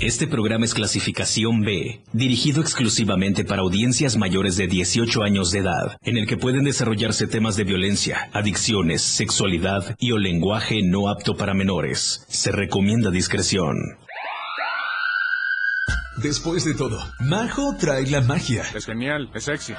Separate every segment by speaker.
Speaker 1: Este programa es clasificación B, dirigido exclusivamente para audiencias mayores de 18 años de edad, en el que pueden desarrollarse temas de violencia, adicciones, sexualidad y o lenguaje no apto para menores. Se recomienda discreción.
Speaker 2: Después de todo, Majo trae la magia.
Speaker 3: Es genial, es sexy.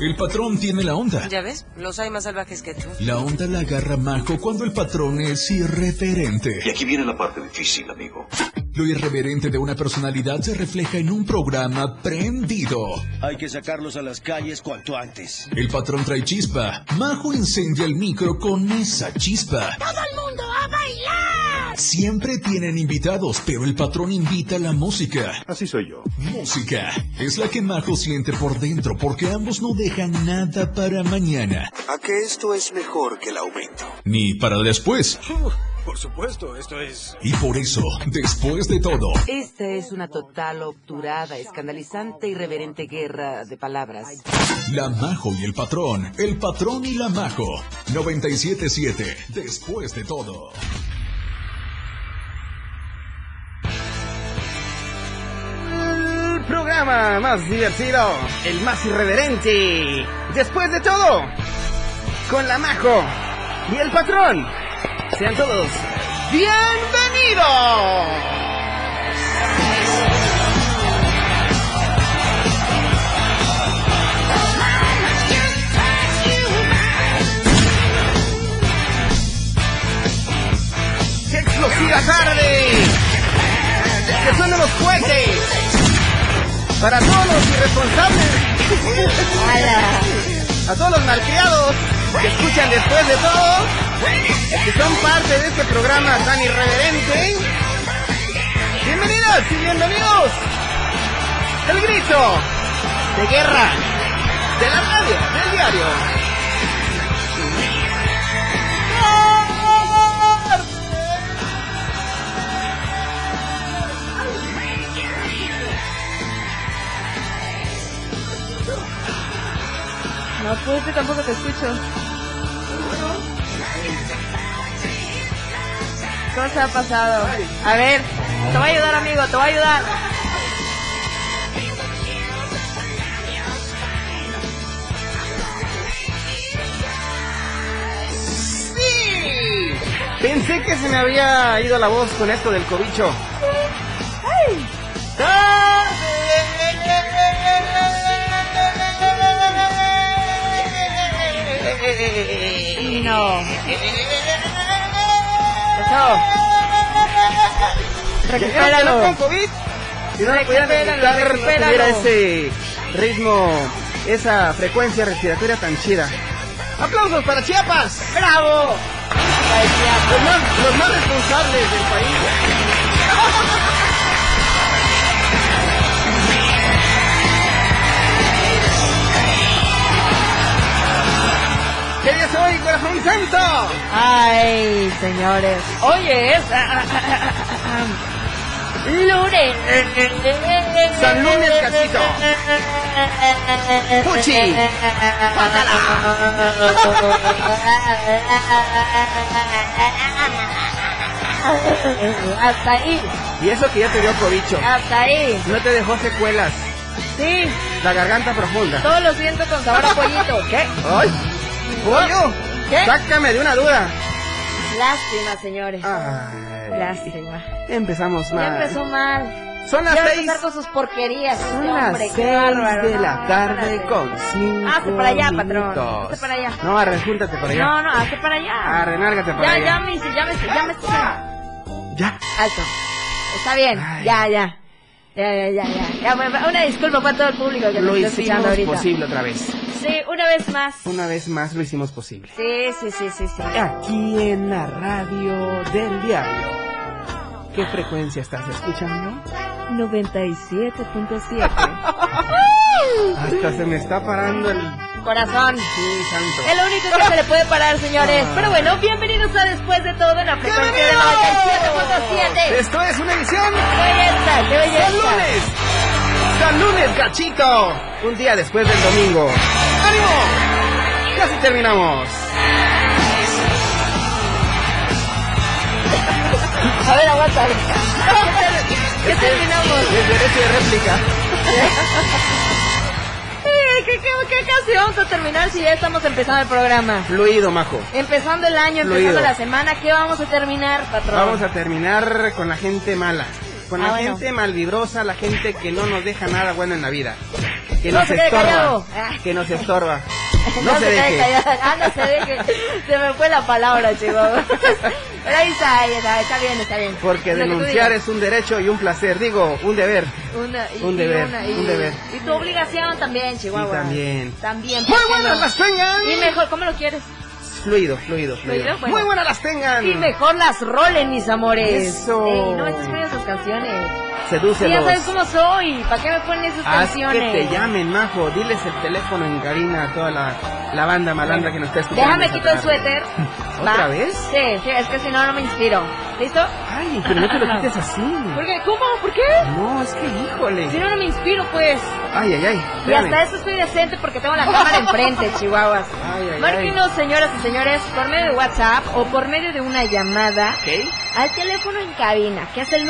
Speaker 2: El patrón tiene la onda.
Speaker 4: Ya ves, los hay más salvajes que tú.
Speaker 2: La onda la agarra Majo cuando el patrón es irreverente.
Speaker 5: Y aquí viene la parte difícil, amigo.
Speaker 2: Lo irreverente de una personalidad se refleja en un programa prendido.
Speaker 6: Hay que sacarlos a las calles cuanto antes.
Speaker 2: El patrón trae chispa. Majo incendia el micro con esa chispa.
Speaker 7: ¡Todo el mundo a bailar!
Speaker 2: Siempre tienen invitados, pero el patrón invita la música.
Speaker 5: Así soy yo.
Speaker 2: Música es la que Majo siente por dentro porque ambos no dejan nada para mañana.
Speaker 5: A que esto es mejor que el aumento.
Speaker 2: Ni para después.
Speaker 3: Uh, por supuesto, esto es...
Speaker 2: Y por eso, después de todo,
Speaker 4: Esta es una total, obturada, escandalizante, irreverente guerra de palabras.
Speaker 2: la Majo y el patrón, el patrón y la Majo. 977, después de todo.
Speaker 8: El programa más divertido, el más irreverente. Después de todo, con la Majo y el patrón. Sean todos bienvenidos. ¡Qué explosiva tarde! ¡Que suenen los cohetes! Para todos los irresponsables. A todos los malcriados que escuchan después de todo. Que son parte de este programa tan irreverente. Bienvenidas y bienvenidos. El grito de guerra de la radio, del diario.
Speaker 9: No, pues yo tampoco te escucho. Cosa ha pasado. A ver, te voy a ayudar, amigo, te voy a ayudar.
Speaker 8: ¡Sí! Pensé que se me había ido la voz con esto del cobicho. ¡Ah!
Speaker 4: Eh,
Speaker 8: ¡Tarde!
Speaker 9: No.
Speaker 8: Eso.
Speaker 9: Recupéralo.
Speaker 8: No con COVID. Si no pudiera
Speaker 9: Recupéralo,
Speaker 8: respirar, no
Speaker 9: recupéralo.
Speaker 8: tuviera ese ritmo, esa frecuencia respiratoria tan chida. ¡Aplausos para Chiapas! ¡Bravo! Los más, los más responsables del país. ¿Qué día es hoy, corazón santo?
Speaker 9: Ay, señores. Oye, es. Lunes.
Speaker 8: San Lunes, Casito. Puchi.
Speaker 9: Hasta ahí,
Speaker 8: Y eso que ya te dio cobicho.
Speaker 9: hasta ahí.
Speaker 8: No te dejó secuelas.
Speaker 9: Sí,
Speaker 8: La garganta profunda.
Speaker 9: todo lo siento con sabor a pollito. ¿Qué?
Speaker 8: ¡Ay! ¡Pollo!
Speaker 9: ¿Qué?
Speaker 8: ¡Sácame de una duda!
Speaker 9: Lástima, señores.
Speaker 8: Ah. Ay.
Speaker 9: Lástima.
Speaker 8: Empezamos
Speaker 9: Ya
Speaker 8: mal.
Speaker 9: empezó mal.
Speaker 8: Ah. Son las
Speaker 9: ya va a
Speaker 8: seis.
Speaker 9: empezar con sus porquerías.
Speaker 8: Son
Speaker 9: este
Speaker 8: las
Speaker 9: hombre, qué
Speaker 8: seis
Speaker 9: bárbaro,
Speaker 8: de
Speaker 9: no,
Speaker 8: la tarde
Speaker 9: espérate.
Speaker 8: con cinco
Speaker 9: Hazte para allá,
Speaker 8: minutos.
Speaker 9: patrón. Hazte para allá.
Speaker 8: No, arre, júntate para allá.
Speaker 9: No, no, hazte para allá.
Speaker 8: Arre, nárgate para
Speaker 9: ya,
Speaker 8: allá.
Speaker 9: ya me hice, ya me hice, ya me hice.
Speaker 8: Ya.
Speaker 9: Alto. Está bien.
Speaker 8: Ay.
Speaker 9: Ya, ya. Ya, ya, ya, ya. Ya, bueno, una disculpa para todo el público que
Speaker 8: Lo
Speaker 9: nos está escuchando
Speaker 8: hicimos
Speaker 9: ahorita.
Speaker 8: posible otra vez.
Speaker 9: Sí, una vez más.
Speaker 8: Una vez más lo hicimos posible.
Speaker 9: Sí, sí, sí, sí, sí.
Speaker 8: Aquí en la radio del diario. ¿Qué frecuencia estás escuchando?
Speaker 9: 97.7.
Speaker 8: Hasta se me está parando el...
Speaker 9: Corazón.
Speaker 8: Sí, santo.
Speaker 9: Es lo único que se le puede parar, señores.
Speaker 8: Ah.
Speaker 9: Pero bueno, bienvenidos a después de todo en la frecuencia de 97.7.
Speaker 8: Esto es una edición
Speaker 9: ¡Qué belleza! ¡Qué
Speaker 8: ¡San
Speaker 9: belleza!
Speaker 8: lunes! ¡San lunes, gachito! Un día después del domingo. ¡Ánimo! Casi terminamos.
Speaker 9: A ver, aguanta. Ya terminamos.
Speaker 8: El derecho de réplica.
Speaker 9: Eh, ¿Qué, qué, qué casi vamos a terminar si ya estamos empezando el programa?
Speaker 8: Fluido, majo.
Speaker 9: Empezando el año, empezando
Speaker 8: Fluido.
Speaker 9: la semana, ¿qué vamos a terminar, patrón?
Speaker 8: Vamos a terminar con la gente mala. Con la
Speaker 9: Ah, bueno.
Speaker 8: gente malvibrosa, la gente que no nos deja nada bueno en la vida. Que
Speaker 9: No
Speaker 8: nos
Speaker 9: se quede
Speaker 8: estorba.
Speaker 9: callado. Ah.
Speaker 8: Que nos estorba.
Speaker 9: No, se,
Speaker 8: deje.
Speaker 9: quede callada. Ah, no se deje. Se me fue la palabra, chihuahua. Pero ahí está, ahí está, está bien, está bien.
Speaker 8: Porque
Speaker 9: Lo que tú
Speaker 8: denunciar
Speaker 9: digas.
Speaker 8: es un derecho y un placer, digo, un deber.
Speaker 9: Una- y-
Speaker 8: un
Speaker 9: y
Speaker 8: deber,
Speaker 9: una- y-
Speaker 8: un deber.
Speaker 9: Y tu obligación también, chihuahua.
Speaker 8: Sí, también.
Speaker 9: También. ¿por
Speaker 8: Muy
Speaker 9: qué
Speaker 8: buenas
Speaker 9: no?
Speaker 8: las tengan.
Speaker 9: Y mejor, ¿cómo lo quieres?
Speaker 8: Fluido, fluido, fluido.
Speaker 9: Fluido, bueno.
Speaker 8: Muy buenas las tengan.
Speaker 9: Y mejor las rolen, mis amores.
Speaker 8: Eso.
Speaker 9: Ey, no me estés poniendo esas canciones. Sí,
Speaker 8: Sedúcelos.
Speaker 9: ya sabes cómo soy. ¿Para qué me ponen
Speaker 8: Haz
Speaker 9: esas
Speaker 8: que
Speaker 9: canciones?
Speaker 8: te llamen, majo. Diles el teléfono en cabina a toda la, la banda malandra que nos está escuchando.
Speaker 9: Déjame
Speaker 8: esta
Speaker 9: quito el
Speaker 8: tarde.
Speaker 9: suéter.
Speaker 8: ¿Otra
Speaker 9: ¿va?
Speaker 8: vez?
Speaker 9: Sí, sí, es que si no, no me inspiro. ¿Listo?
Speaker 8: Ay, pero no te lo quites así.
Speaker 9: ¿Por qué? ¿Cómo? ¿Por qué?
Speaker 8: No, es que híjole.
Speaker 9: Si no, no me inspiro, pues.
Speaker 8: Ay, ay, ay.
Speaker 9: Y
Speaker 8: espérame.
Speaker 9: hasta eso estoy decente porque tengo la cámara enfrente, chihuahuas.
Speaker 8: Ay, ay, ay.
Speaker 9: Márquenos, señoras y señores, por medio de WhatsApp o por medio de una llamada
Speaker 8: Ok.
Speaker 9: al teléfono en cabina, que es el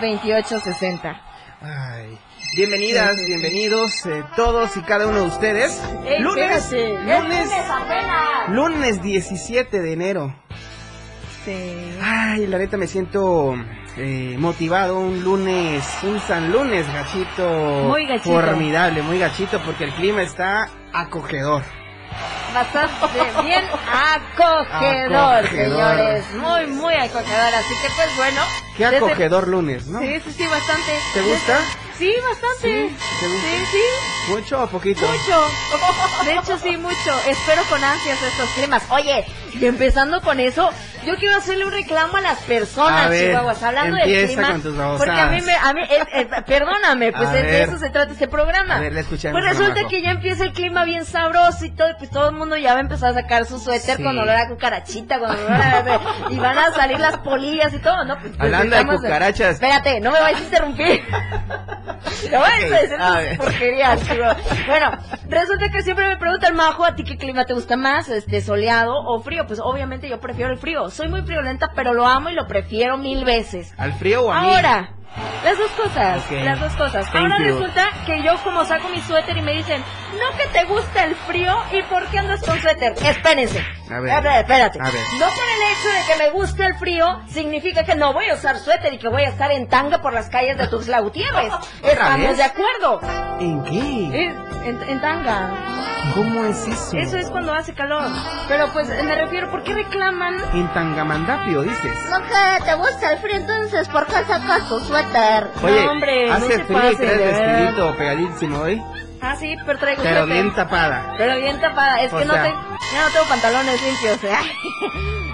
Speaker 9: 961-612-2860.
Speaker 8: Ay. Bienvenidas, bienvenidos eh, todos y cada uno de ustedes. lunes, lunes,
Speaker 9: apenas.
Speaker 8: lunes 17 de enero.
Speaker 9: Sí.
Speaker 8: Ay, la neta me siento eh, motivado un lunes, un San Lunes gachito.
Speaker 9: Muy gachito.
Speaker 8: Formidable, muy gachito porque el clima está acogedor.
Speaker 9: Bastante bien acogedor,
Speaker 8: Acogedor.
Speaker 9: señores. Muy, muy acogedor. Así que, pues bueno.
Speaker 8: Qué
Speaker 9: desde-
Speaker 8: acogedor lunes, ¿no?
Speaker 9: Sí, sí, sí, bastante.
Speaker 8: ¿Te gusta?
Speaker 9: Sí, bastante.
Speaker 8: Sí, ¿te gusta?
Speaker 9: Sí, sí,
Speaker 8: ¿Mucho o poquito?
Speaker 9: mucho. De hecho, sí, mucho. Espero con ansias estos climas. Oye, y empezando con eso, yo quiero hacerle un reclamo a las
Speaker 8: A
Speaker 9: personas,
Speaker 8: ver,
Speaker 9: chihuahuas, hablando del
Speaker 8: empieza
Speaker 9: clima.
Speaker 8: con tus babosadas.
Speaker 9: porque a mí me, a mí, eh, eh, perdóname, pues
Speaker 8: A
Speaker 9: de- de
Speaker 8: ver.
Speaker 9: eso se trata este programa.
Speaker 8: A ver, la escuchamos,
Speaker 9: Pues resulta
Speaker 8: Ramajo.
Speaker 9: que ya empieza el clima bien sabroso y todo, y pues todo el mundo ya va a empezar a sacar su suéter
Speaker 8: Sí.
Speaker 9: con olor a cucarachita, con olor a, y van a salir las polillas y todo, ¿no? Pues, pues,
Speaker 8: Hablando de
Speaker 9: estamos-
Speaker 8: cucarachas.
Speaker 9: Espérate, no me vayas a interrumpir. Te voy
Speaker 8: Ok,
Speaker 9: a decir
Speaker 8: a
Speaker 9: tus
Speaker 8: ver.
Speaker 9: porquerías, bro. Bueno, resulta que siempre me preguntan, Majo, ¿a ti qué clima te gusta más? Este, soleado o frío. Pues obviamente yo prefiero el frío. Soy muy friolenta, pero lo amo y lo prefiero mil veces.
Speaker 8: ¿Al frío o a mí?
Speaker 9: Ahora, las dos cosas,
Speaker 8: Ok.
Speaker 9: las dos cosas.
Speaker 8: Thank
Speaker 9: Ahora
Speaker 8: you.
Speaker 9: resulta que yo como saco mi suéter y me dicen, no que te gusta el frío y por qué andas con suéter. Espérense.
Speaker 8: A ver.
Speaker 9: Espérate, espérate.
Speaker 8: A ver.
Speaker 9: No por el hecho de que me guste el frío significa que no voy a usar suéter y que voy a estar en tanga por las calles de Tuxtla Gutiérrez. Estamos
Speaker 8: vez?
Speaker 9: de acuerdo.
Speaker 8: ¿En qué?
Speaker 9: Eh, En, en tanga.
Speaker 8: ¿Cómo es eso?
Speaker 9: Eso es cuando hace calor. Pero pues eh, me refiero, ¿por qué reclaman
Speaker 8: En Tangamandapio, dices.
Speaker 10: No que te gusta el frío, entonces ¿por qué sacas tu suéter?
Speaker 8: Oye,
Speaker 9: No, hombre, no
Speaker 8: hace
Speaker 9: se
Speaker 8: frío y
Speaker 9: pase,
Speaker 8: traes
Speaker 9: de verdad.
Speaker 8: vestidito pegadísimo hoy,
Speaker 9: Ah, sí, pero traigo
Speaker 8: pero
Speaker 9: suéter.
Speaker 8: bien tapada.
Speaker 9: Pero bien tapada, es
Speaker 8: O
Speaker 9: que no
Speaker 8: sea-
Speaker 9: tengo, ya no tengo pantalones limpios, ¿eh?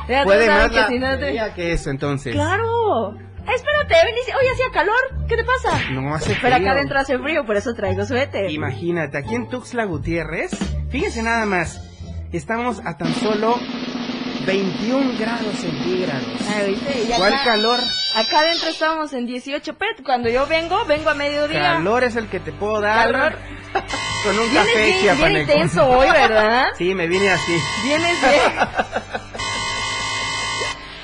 Speaker 9: Ya tú
Speaker 8: Puede
Speaker 9: sabes
Speaker 8: más
Speaker 9: que
Speaker 8: la
Speaker 9: si no te-
Speaker 8: fría que eso, entonces.
Speaker 9: Claro. Ay, Espérate, ven y dice, oye, hacía calor, ¿qué te pasa?
Speaker 8: No hace
Speaker 9: Pero acá
Speaker 8: frío.
Speaker 9: adentro hace frío, por eso traigo suéter.
Speaker 8: Imagínate, aquí en Tuxtla Gutiérrez, fíjense nada más, estamos a tan solo 21 grados centígrados.
Speaker 9: Ay, Ah, ¿viste? Y
Speaker 8: ¿Cuál
Speaker 9: acá,
Speaker 8: calor?
Speaker 9: acá adentro estábamos en 18, pero cuando yo vengo, vengo a mediodía.
Speaker 8: Calor es el que te puedo dar.
Speaker 9: Calor.
Speaker 8: Con un
Speaker 9: Vienes
Speaker 8: café
Speaker 9: bien, bien
Speaker 8: chiapaneco.
Speaker 9: intenso hoy, ¿verdad?
Speaker 8: Sí, me vine así.
Speaker 9: Vienes bien.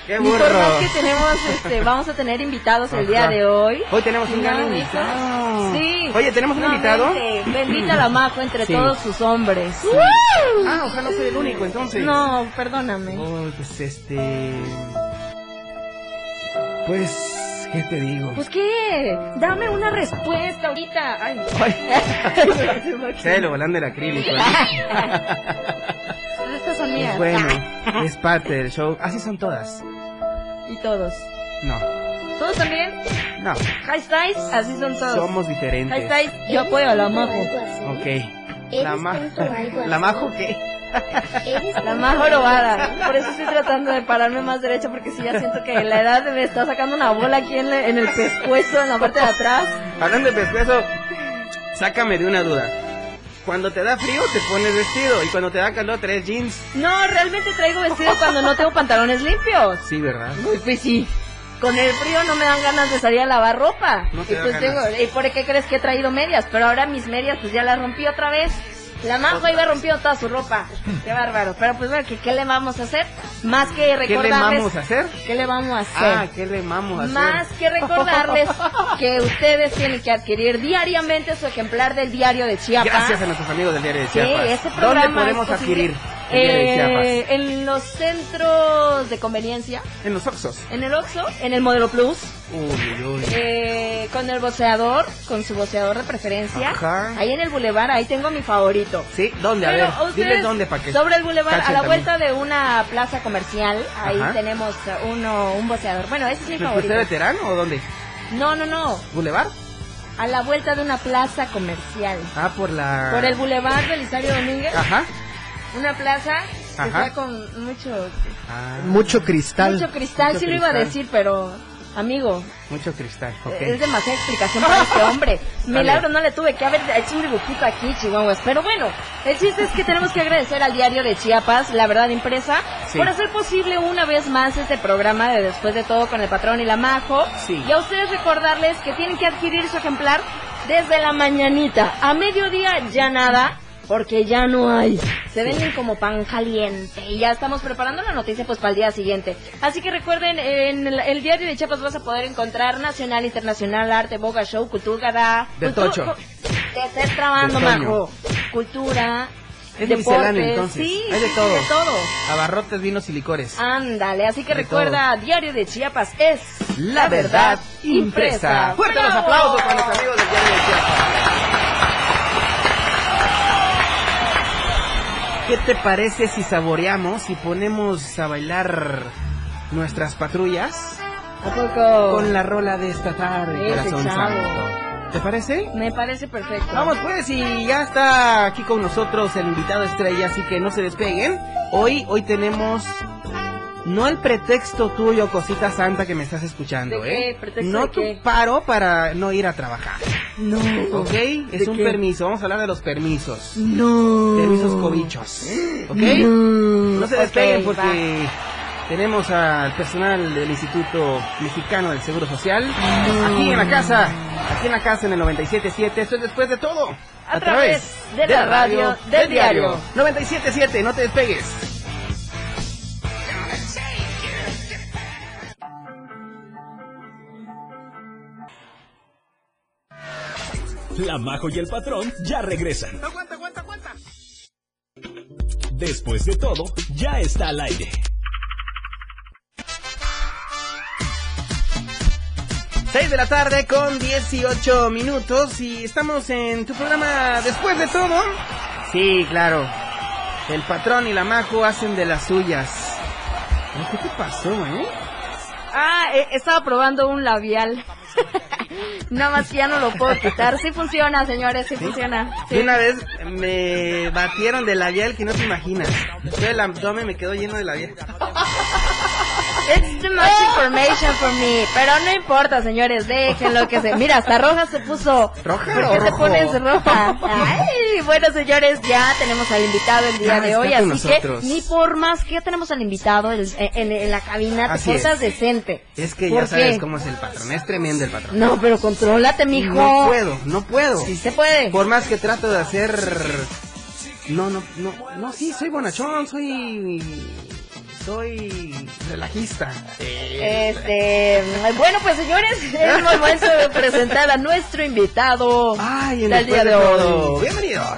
Speaker 8: ¡Qué
Speaker 9: Y por
Speaker 8: burro!
Speaker 9: más que tenemos, este, vamos a tener invitados el día
Speaker 8: Ajá.
Speaker 9: de hoy.
Speaker 8: Hoy tenemos un gran
Speaker 9: No,
Speaker 8: invitado.
Speaker 9: Sí.
Speaker 8: Oye, ¿tenemos un invitado?
Speaker 9: Nuevamente, Bendita la majo entre
Speaker 8: Sí.
Speaker 9: todos sus hombres.
Speaker 8: Ah, ojalá no soy el único entonces.
Speaker 9: No, perdóname.
Speaker 8: Oh, pues este. Pues, ¿qué te digo?
Speaker 9: Pues qué, dame una respuesta ahorita. Ay,
Speaker 8: Cállale volando el acrílico. ¿no?
Speaker 9: estas son mías.
Speaker 8: Pues bueno, es parte del show. Así son todas.
Speaker 9: Y todos.
Speaker 8: No,
Speaker 9: ¿Todos también?
Speaker 8: no.
Speaker 9: High styles, así son todos.
Speaker 8: Somos
Speaker 9: High
Speaker 8: diferentes.
Speaker 9: styles, yo apoyo a la majo.
Speaker 8: Ok.
Speaker 10: Eres
Speaker 8: La, ma-
Speaker 10: tonto o algo
Speaker 8: ¿La
Speaker 10: así.
Speaker 8: majo qué?
Speaker 10: Eres
Speaker 9: La más jorobada. Por eso estoy tratando de pararme más derecha porque si ya siento que la edad me está sacando una bola aquí en, la- en el pescuezo, en la parte de atrás.
Speaker 8: Hablando de pescuezo, sácame de una duda. Cuando te da frío te pones vestido y cuando te da calor traes jeans.
Speaker 9: No, realmente traigo vestido cuando no tengo pantalones limpios.
Speaker 8: Sí, ¿verdad?
Speaker 9: Pues, pues sí. Con el frío no me dan ganas de salir a lavar ropa.
Speaker 8: No
Speaker 9: y
Speaker 8: te dan
Speaker 9: pues
Speaker 8: ganas.
Speaker 9: tengo- ¿y por qué crees que he traído medias? Pero ahora mis medias pues ya las rompí otra vez. La Majo iba rompiendo toda su ropa. Qué bárbaro. Pero pues bueno, ¿qué, qué le vamos a hacer? Más que
Speaker 8: ¿Qué le
Speaker 9: recordarles...
Speaker 8: vamos a hacer?
Speaker 9: ¿Qué le vamos a hacer?
Speaker 8: Ah, ¿qué le vamos a hacer?
Speaker 9: Más que recordarles que ustedes tienen que adquirir diariamente su ejemplar del diario de Chiapas.
Speaker 8: Gracias a nuestros amigos del Diario de
Speaker 9: Sí,
Speaker 8: Chiapas.
Speaker 9: ese
Speaker 8: ¿Dónde
Speaker 9: programa
Speaker 8: podemos
Speaker 9: es posible.
Speaker 8: adquirir el Diario de
Speaker 9: Eh,
Speaker 8: Chiapas?
Speaker 9: En los centros de conveniencia,
Speaker 8: En los Oxos.
Speaker 9: en el Oxxo, en el Modelo Plus,
Speaker 8: Uy, uy, uy.
Speaker 9: eh, con el boceador, con su boceador de preferencia.
Speaker 8: Ajá.
Speaker 9: Ahí en el Boulevard, ahí tengo mi favorito.
Speaker 8: Sí, ¿dónde? A
Speaker 9: Pero
Speaker 8: ver,
Speaker 9: ustedes,
Speaker 8: diles dónde para que.
Speaker 9: Sobre el bulevar, a
Speaker 8: cachen
Speaker 9: la
Speaker 8: también.
Speaker 9: vuelta de una plaza comercial, ahí
Speaker 8: Ajá. Pues,
Speaker 9: tenemos uh, uno, un boceador. Bueno, ese es mi
Speaker 8: ¿Pero ¿Usted
Speaker 9: favorito.
Speaker 8: veterano o dónde?
Speaker 9: No, no, no.
Speaker 8: ¿Boulevard?
Speaker 9: A la vuelta de una plaza comercial.
Speaker 8: Ah, por la.
Speaker 9: Por el bulevar Belisario Domínguez,
Speaker 8: Ajá.
Speaker 9: una plaza que
Speaker 8: Ah. Ajá.
Speaker 9: está con mucho,
Speaker 8: Ah,
Speaker 10: Mucho cristal.
Speaker 9: mucho cristal,
Speaker 8: Mucho
Speaker 9: sí lo iba a
Speaker 8: cristal.
Speaker 9: decir, pero amigo,
Speaker 8: mucho cristal. Ok.
Speaker 9: Es demasiada explicación para este hombre.
Speaker 8: Dale.
Speaker 9: Milagro no le tuve que haber hecho un dibujito aquí, Chihuahuas. Pero bueno, el chiste es que tenemos que agradecer al diario de Chiapas, La Verdad Impresa,
Speaker 8: Sí.
Speaker 9: por hacer posible una vez más este programa de Después de Todo con el Patrón y la Majo.
Speaker 8: Sí.
Speaker 9: Y a ustedes recordarles que tienen que adquirir su ejemplar desde la mañanita. A mediodía ya nada. Porque ya no hay. Se venden como pan caliente. Y ya estamos preparando la noticia pues para el día siguiente. Así que recuerden, en el, el diario de Chiapas vas a poder encontrar Nacional, Internacional, Arte, Boga Show, Cultura,
Speaker 8: De
Speaker 9: Cultu-
Speaker 8: Tocho.
Speaker 9: Te estás trabando,
Speaker 8: De Toño.
Speaker 9: majo. Cultura,
Speaker 8: Es
Speaker 9: deportes,
Speaker 8: misceláneo, entonces.
Speaker 9: Sí,
Speaker 8: Hay de
Speaker 9: sí,
Speaker 8: todo.
Speaker 9: de todo.
Speaker 8: Abarrotes, vinos y licores.
Speaker 9: Ándale, así que
Speaker 8: De
Speaker 9: recuerda, Diario de Chiapas es
Speaker 8: La verdad impresa. Fuerte los
Speaker 9: ¡Bravo!
Speaker 8: aplausos para los amigos del Diario de Chiapas. ¿Qué te parece si saboreamos y ponemos a bailar nuestras patrullas
Speaker 9: ¿A poco?
Speaker 8: con la rola de esta tarde,
Speaker 9: Ese
Speaker 8: corazón
Speaker 9: chavo.
Speaker 8: santo? ¿Te parece?
Speaker 9: Me parece perfecto.
Speaker 8: Vamos pues y ya está aquí con nosotros el invitado estrella, así que no se despeguen. Hoy, hoy tenemos no el pretexto tuyo, cosita santa que me estás escuchando,
Speaker 9: ¿De qué?
Speaker 8: ¿eh?
Speaker 9: ¿Pretexto
Speaker 8: No
Speaker 9: de
Speaker 8: tu
Speaker 9: qué?
Speaker 8: paro para no ir a trabajar,
Speaker 9: No.
Speaker 8: ¿ok? Es un
Speaker 9: qué?
Speaker 8: permiso, vamos a hablar de los permisos,
Speaker 9: No.
Speaker 8: permisos cobichos, ¿ok?
Speaker 9: No,
Speaker 8: No se
Speaker 9: Ok,
Speaker 8: despeguen
Speaker 9: va.
Speaker 8: porque tenemos al personal del Instituto Mexicano del Seguro Social aquí en la casa, aquí en la casa en el 97.7. Esto es después de todo.
Speaker 9: A través de la radio del diario.
Speaker 8: 97.7, no te despegues.
Speaker 1: La Majo y el Patrón ya regresan.
Speaker 8: Aguanta, aguanta, aguanta.
Speaker 1: Después de todo, ya está al aire.
Speaker 8: Seis de la tarde con 18 minutos y estamos en tu programa después de todo. Sí, claro. El patrón y la majo hacen de las suyas. Ay, ¿Qué te pasó, eh?
Speaker 9: Ah, eh, estaba probando un labial. Nada más que ya no lo puedo quitar. Sí funciona, señores, sí funciona. Sí.
Speaker 8: Y una vez me batieron de labial que no te imaginas. Yo el abdomen me quedó lleno de labial.
Speaker 9: It's too much information for me. Pero no importa, señores, déjenlo que se. Mira, hasta roja se puso.
Speaker 8: ¿Roja
Speaker 9: ¿Por
Speaker 8: o
Speaker 9: qué te
Speaker 8: rojo?
Speaker 9: pones roja? Ay, bueno, señores, ya tenemos al invitado el día
Speaker 8: Ya
Speaker 9: de
Speaker 8: está
Speaker 9: hoy. Así
Speaker 8: con nosotros.
Speaker 9: que, ni por más que ya tenemos al invitado el- eh, en, en la cabina, te
Speaker 8: Así
Speaker 9: portas
Speaker 8: es.
Speaker 9: decente.
Speaker 8: Es que
Speaker 9: ¿Por
Speaker 8: ya sabes
Speaker 9: qué?
Speaker 8: cómo es el patrón, es tremendo el patrón.
Speaker 9: No, pero contrólate, mijo.
Speaker 8: No puedo, no puedo.
Speaker 9: Sí se puede.
Speaker 8: Por más que trato de hacer... No, no, no, no, sí, soy bonachón, soy... Soy relajista.
Speaker 9: Este, bueno, pues señores, es momento de presentar a nuestro invitado
Speaker 8: Ay, en
Speaker 9: del día de
Speaker 8: todo.
Speaker 9: hoy.
Speaker 8: Bienvenidos.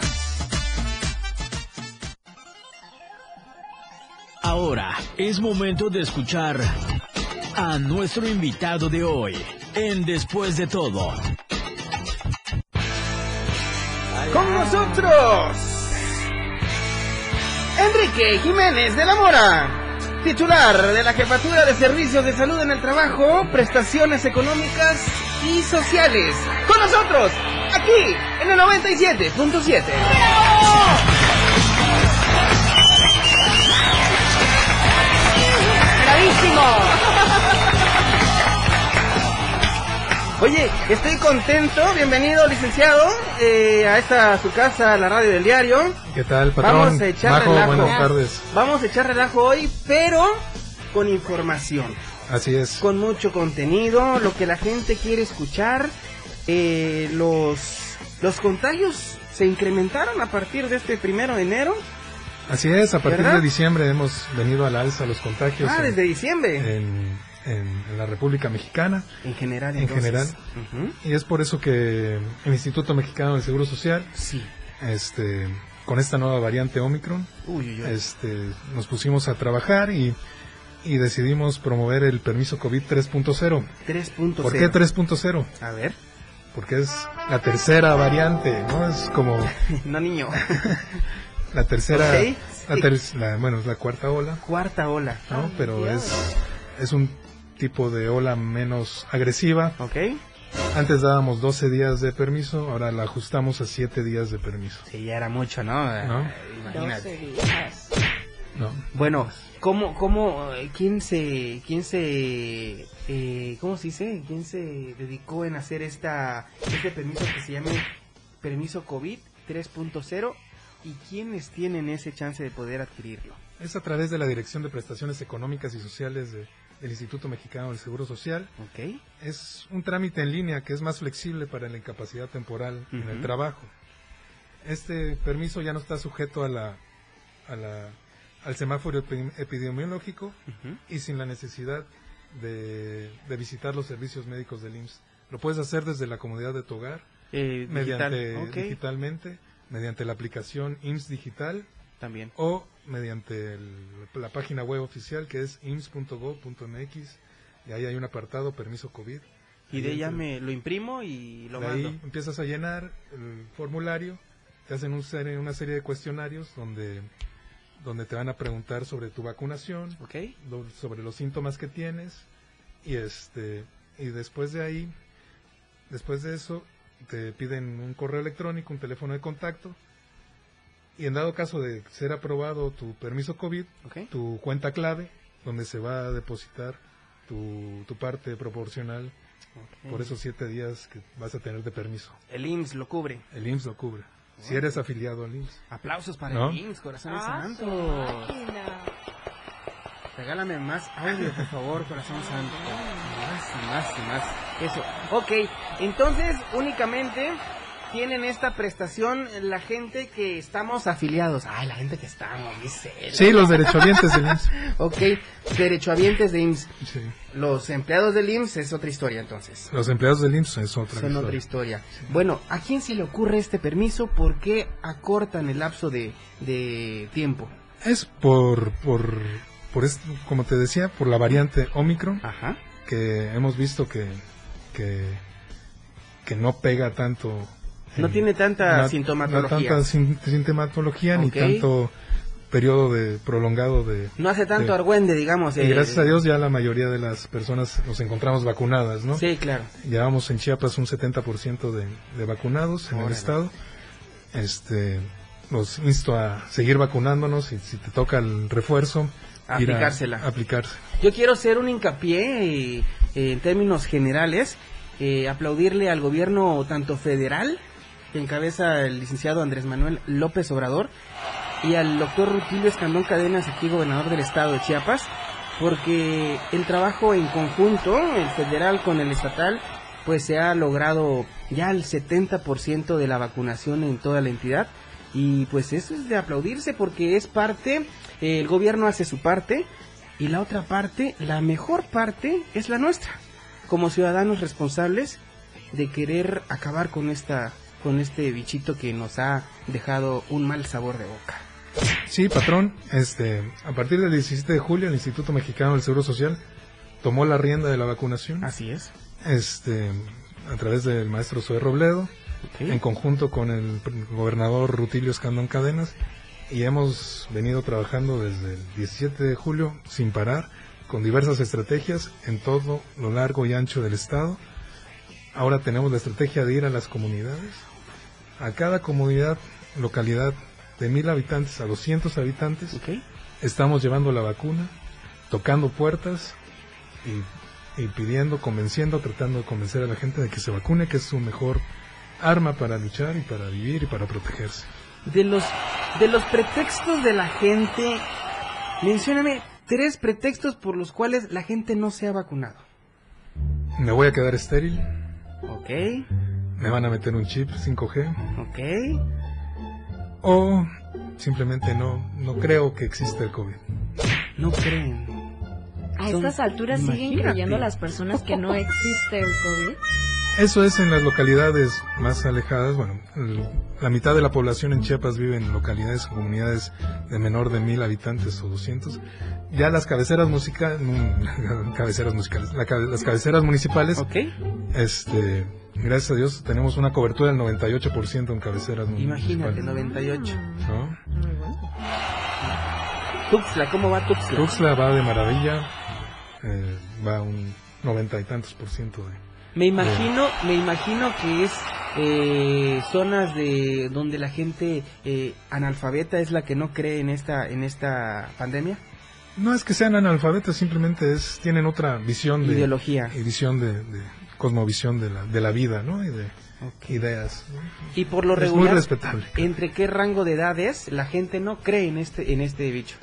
Speaker 2: Ahora es momento de escuchar a nuestro invitado de hoy en Después de todo.
Speaker 8: Con nosotros. Enrique Jiménez de la Mora, titular de la Jefatura de Servicios de Salud en el Trabajo, Prestaciones Económicas y Sociales. Con nosotros, aquí, en el 97.7.
Speaker 9: Bravísimo.
Speaker 8: Oye, estoy contento, bienvenido licenciado eh, a esta a su casa, a la radio del diario.
Speaker 10: ¿Qué tal,
Speaker 8: Vamos a echar
Speaker 10: Majo,
Speaker 8: relajo.
Speaker 10: buenas tardes.
Speaker 8: Vamos a echar relajo hoy, pero con información.
Speaker 10: Así es.
Speaker 8: con mucho contenido, lo que la gente quiere escuchar, eh, los Los contagios se incrementaron a partir de este primero de enero.
Speaker 10: Así es, a partir
Speaker 8: ¿Verdad?
Speaker 10: de diciembre hemos venido a la alza los contagios.
Speaker 8: Ah,
Speaker 10: en-
Speaker 8: desde diciembre.
Speaker 10: en, en- en la República Mexicana.
Speaker 8: En general,
Speaker 10: En
Speaker 8: entonces.
Speaker 10: general.
Speaker 8: Ujú.
Speaker 10: Y es por eso que el Instituto Mexicano del Seguro Social,
Speaker 8: Sí.
Speaker 10: este, con esta nueva variante Omicron,
Speaker 8: Uy, uy, uy.
Speaker 10: este, nos pusimos a trabajar y, y decidimos promover el permiso COVID 3.0.
Speaker 8: 3.0.
Speaker 10: ¿Por qué 3.0?
Speaker 8: A ver.
Speaker 10: Porque es la tercera variante, ¿no? Es como
Speaker 8: No, niño.
Speaker 10: la tercera,
Speaker 8: Ok,
Speaker 10: la
Speaker 8: sí.
Speaker 10: ter- la- bueno, es la cuarta ola,
Speaker 8: Cuarta ola.
Speaker 10: ¿no? Pero es, es un tipo de ola menos agresiva.
Speaker 8: ¿Ok?
Speaker 10: Antes dábamos 12 días de permiso, ahora la ajustamos a 7 días de permiso,
Speaker 8: Sí, ya era mucho, ¿no?
Speaker 10: ¿no?
Speaker 8: Imagínate.
Speaker 10: ¿No?
Speaker 8: Bueno, ¿cómo, cómo, eh, quién se, quién se, eh, cómo se dice? ¿Quién se dedicó en hacer esta, este permiso que se llama permiso COVID 3.0 y quiénes tienen ese chance de poder adquirirlo?
Speaker 10: Es a través de la Dirección de Prestaciones Económicas y Sociales de- del Instituto Mexicano del Seguro Social.
Speaker 8: ¿Ok?
Speaker 10: Es un trámite en línea que es más flexible para la incapacidad temporal en el
Speaker 8: Ujú.
Speaker 10: trabajo. Este permiso ya no está sujeto a la, a la- al semáforo epi- epidemiológico
Speaker 8: Ujú.
Speaker 10: y sin la necesidad de, de visitar los servicios médicos del IMSS. Lo puedes hacer desde la comodidad de tu hogar,
Speaker 8: Eh,
Speaker 10: mediante
Speaker 8: digital, ok,
Speaker 10: digitalmente, mediante la aplicación IMSS Digital
Speaker 8: también.
Speaker 10: o mediante el- la página web oficial que es ims.gov.mx y ahí hay un apartado permiso COVID.
Speaker 8: Y de
Speaker 10: Ahí
Speaker 8: ella
Speaker 10: entra-
Speaker 8: me lo imprimo y lo
Speaker 10: de
Speaker 8: mando.
Speaker 10: ahí empiezas a llenar el formulario, te hacen un serie- una serie de cuestionarios donde, donde te van a preguntar sobre tu vacunación,
Speaker 8: ¿Ok?
Speaker 10: lo- sobre los síntomas que tienes y este y después de ahí después de eso te piden un correo electrónico un teléfono de contacto y en dado caso de ser aprobado tu permiso covid
Speaker 8: ¿Ok?
Speaker 10: tu cuenta clave donde se va a depositar tu, tu parte proporcional
Speaker 8: Ok.
Speaker 10: por esos siete días que vas a tener de permiso
Speaker 8: El IMSS lo cubre.
Speaker 10: el IMSS lo cubre si eres afiliado al IMSS
Speaker 8: Aplausos para
Speaker 10: ¿No?
Speaker 8: el IMSS, corazón
Speaker 9: Ah, su
Speaker 8: santo.
Speaker 9: máquina.
Speaker 8: Regálame más audio, por favor, corazón santo. Más y más y más. Eso. Ok, entonces únicamente tienen esta prestación la gente que estamos afiliados. Ay, la gente que estamos, dice. él.
Speaker 10: sí los derechohabientes del IMSS
Speaker 8: Ok, derechohabientes de IMSS.
Speaker 10: Sí.
Speaker 8: Los empleados del IMSS es otra historia entonces.
Speaker 10: los empleados del IMSS es otra
Speaker 8: Son otra
Speaker 10: historia.
Speaker 8: historia. Bueno, ¿a quién se le ocurre este permiso? ¿Por qué acortan el lapso de, de tiempo?
Speaker 10: Es por, por, por esto, como te decía, por la variante Omicron,
Speaker 8: Ajá.
Speaker 10: que hemos visto que, que, que no pega tanto.
Speaker 8: No
Speaker 10: en-
Speaker 8: tiene tanta
Speaker 10: no-
Speaker 8: sintomatología.
Speaker 10: No tanta sin- sintomatología
Speaker 8: Ok.
Speaker 10: ni tanto periodo de prolongado de...
Speaker 8: No hace tanto
Speaker 10: de-
Speaker 8: argüende, digamos.
Speaker 10: Y
Speaker 8: eh,
Speaker 10: gracias a Dios ya la mayoría de las personas nos encontramos vacunadas, ¿no?
Speaker 8: Sí, claro.
Speaker 10: Llevamos en Chiapas un 70% de, de vacunados en el
Speaker 8: Órale.
Speaker 10: estado. Este, los insto a seguir vacunándonos y si te toca el refuerzo,
Speaker 8: A
Speaker 10: ir
Speaker 8: aplicársela.
Speaker 10: aplicarse.
Speaker 8: Yo quiero hacer un hincapié eh, en términos generales, eh, aplaudirle al gobierno tanto federal, que encabeza el licenciado Andrés Manuel López Obrador, y al doctor Rutilio Escandón Cadenas, aquí gobernador del estado de Chiapas, porque el trabajo en conjunto, el federal con el estatal, pues se ha logrado ya el 70% de la vacunación en toda la entidad. Y pues eso es de aplaudirse porque es parte, eh, el gobierno hace su parte y la otra parte, la mejor parte es la nuestra, como ciudadanos responsables de querer acabar con esta con este bichito que nos ha dejado un mal sabor de boca.
Speaker 10: Sí, patrón, este, a partir del 17 de julio el Instituto Mexicano del Seguro Social tomó la rienda de la vacunación
Speaker 8: Así es.
Speaker 10: este, a través del maestro Zoe Robledo, en conjunto con el pr- gobernador Rutilio Escandón Cadenas, y hemos venido trabajando desde el 17 de julio sin parar, con diversas estrategias en todo lo largo y ancho del estado. Ahora tenemos la estrategia de ir a las comunidades, a cada comunidad, localidad de mil habitantes a 200 habitantes, estamos llevando la vacuna, tocando puertas y, y pidiendo, convenciendo, tratando de convencer a la gente de que se vacune, que es su mejor arma para luchar y para vivir y para protegerse.
Speaker 8: De los de los pretextos de la gente, mencióname tres pretextos por los cuales la gente no se ha vacunado.
Speaker 10: Me voy a quedar estéril,
Speaker 8: Ok.
Speaker 10: me van a meter un chip 5G
Speaker 8: Ok.
Speaker 10: o simplemente no, no creo que exista el COVID.
Speaker 8: No creen.
Speaker 9: A
Speaker 8: Son-
Speaker 9: estas alturas siguen
Speaker 8: imagínate.
Speaker 9: creyendo las personas que no existe el COVID.
Speaker 10: Eso es en las localidades más alejadas. Bueno, el- la mitad de la población en Chiapas vive en localidades o comunidades de menor de mil habitantes o 200. Ya las cabeceras musicales, cabeceras musicales, la cabe- las cabeceras municipales, este, gracias a Dios tenemos una cobertura del 98% en cabeceras mu-
Speaker 8: Imagínate,
Speaker 10: municipales.
Speaker 8: 98.
Speaker 10: ¿no?
Speaker 4: Mm,
Speaker 8: Tuxla, ¿cómo va Tuxla?
Speaker 10: Tuxtla va de maravilla, eh, va un noventa y tantos por ciento de...
Speaker 8: Me imagino, me imagino que es eh, zonas de donde la gente eh, analfabeta es la que no cree en esta en esta pandemia.
Speaker 10: No es que sean analfabetas, simplemente es tienen otra visión de
Speaker 8: Ideología.
Speaker 10: y visión de, de- cosmovisión de la, de la vida, ¿no? Y de ideas. ¿no?
Speaker 8: Y por lo
Speaker 10: Es
Speaker 8: regular,
Speaker 10: muy respetable.
Speaker 8: ¿Entre qué rango de edades la gente no cree en este en este bicho?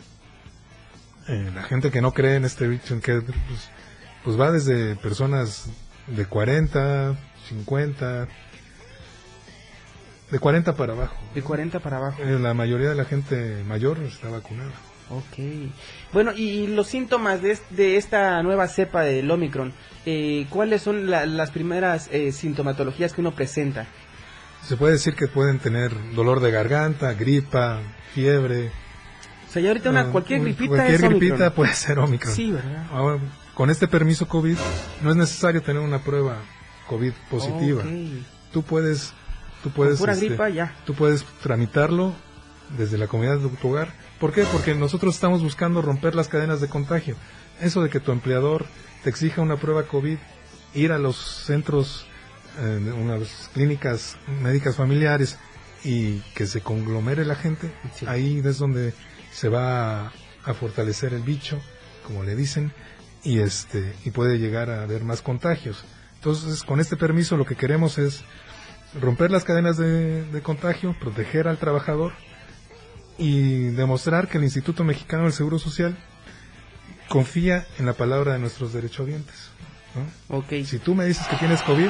Speaker 10: Eh, la gente que no cree en este bicho, en que, pues, pues va desde personas de 40, 50, de 40 para abajo.
Speaker 8: De 40 para abajo.
Speaker 10: Eh, la mayoría de la gente mayor está vacunada.
Speaker 8: Ok. Bueno, y, y los síntomas de, es- de esta nueva cepa del Omicron, eh, ¿cuáles son la- las primeras eh, sintomatologías que uno presenta?
Speaker 10: Se puede decir que pueden tener dolor de garganta, gripa, fiebre.
Speaker 8: O sea, ya ahorita una,
Speaker 10: Ah,
Speaker 8: cualquier
Speaker 10: un-
Speaker 8: gripita
Speaker 10: cualquier
Speaker 8: es Omicron.
Speaker 10: gripita puede ser Omicron.
Speaker 8: Sí, ¿verdad?
Speaker 10: Ahora, con este permiso COVID no es necesario tener una prueba COVID positiva.
Speaker 8: Ok.
Speaker 10: Tú puedes, tú puedes, este,
Speaker 8: pura gripa, ya.
Speaker 10: tú puedes tramitarlo desde la comunidad de tu hogar. ¿Por qué? Porque nosotros estamos buscando romper las cadenas de contagio. Eso de que tu empleador te exija una prueba COVID, ir a los centros, eh, unas clínicas médicas familiares y que se conglomere la gente, ahí es donde se va a, a fortalecer el bicho, como le dicen, y este y puede llegar a haber más contagios. Entonces, con este permiso lo que queremos es romper las cadenas de, de contagio, proteger al trabajador y demostrar que el Instituto Mexicano del Seguro Social confía en la palabra de nuestros derechohabientes. ¿no? Si tú me dices que tienes COVID,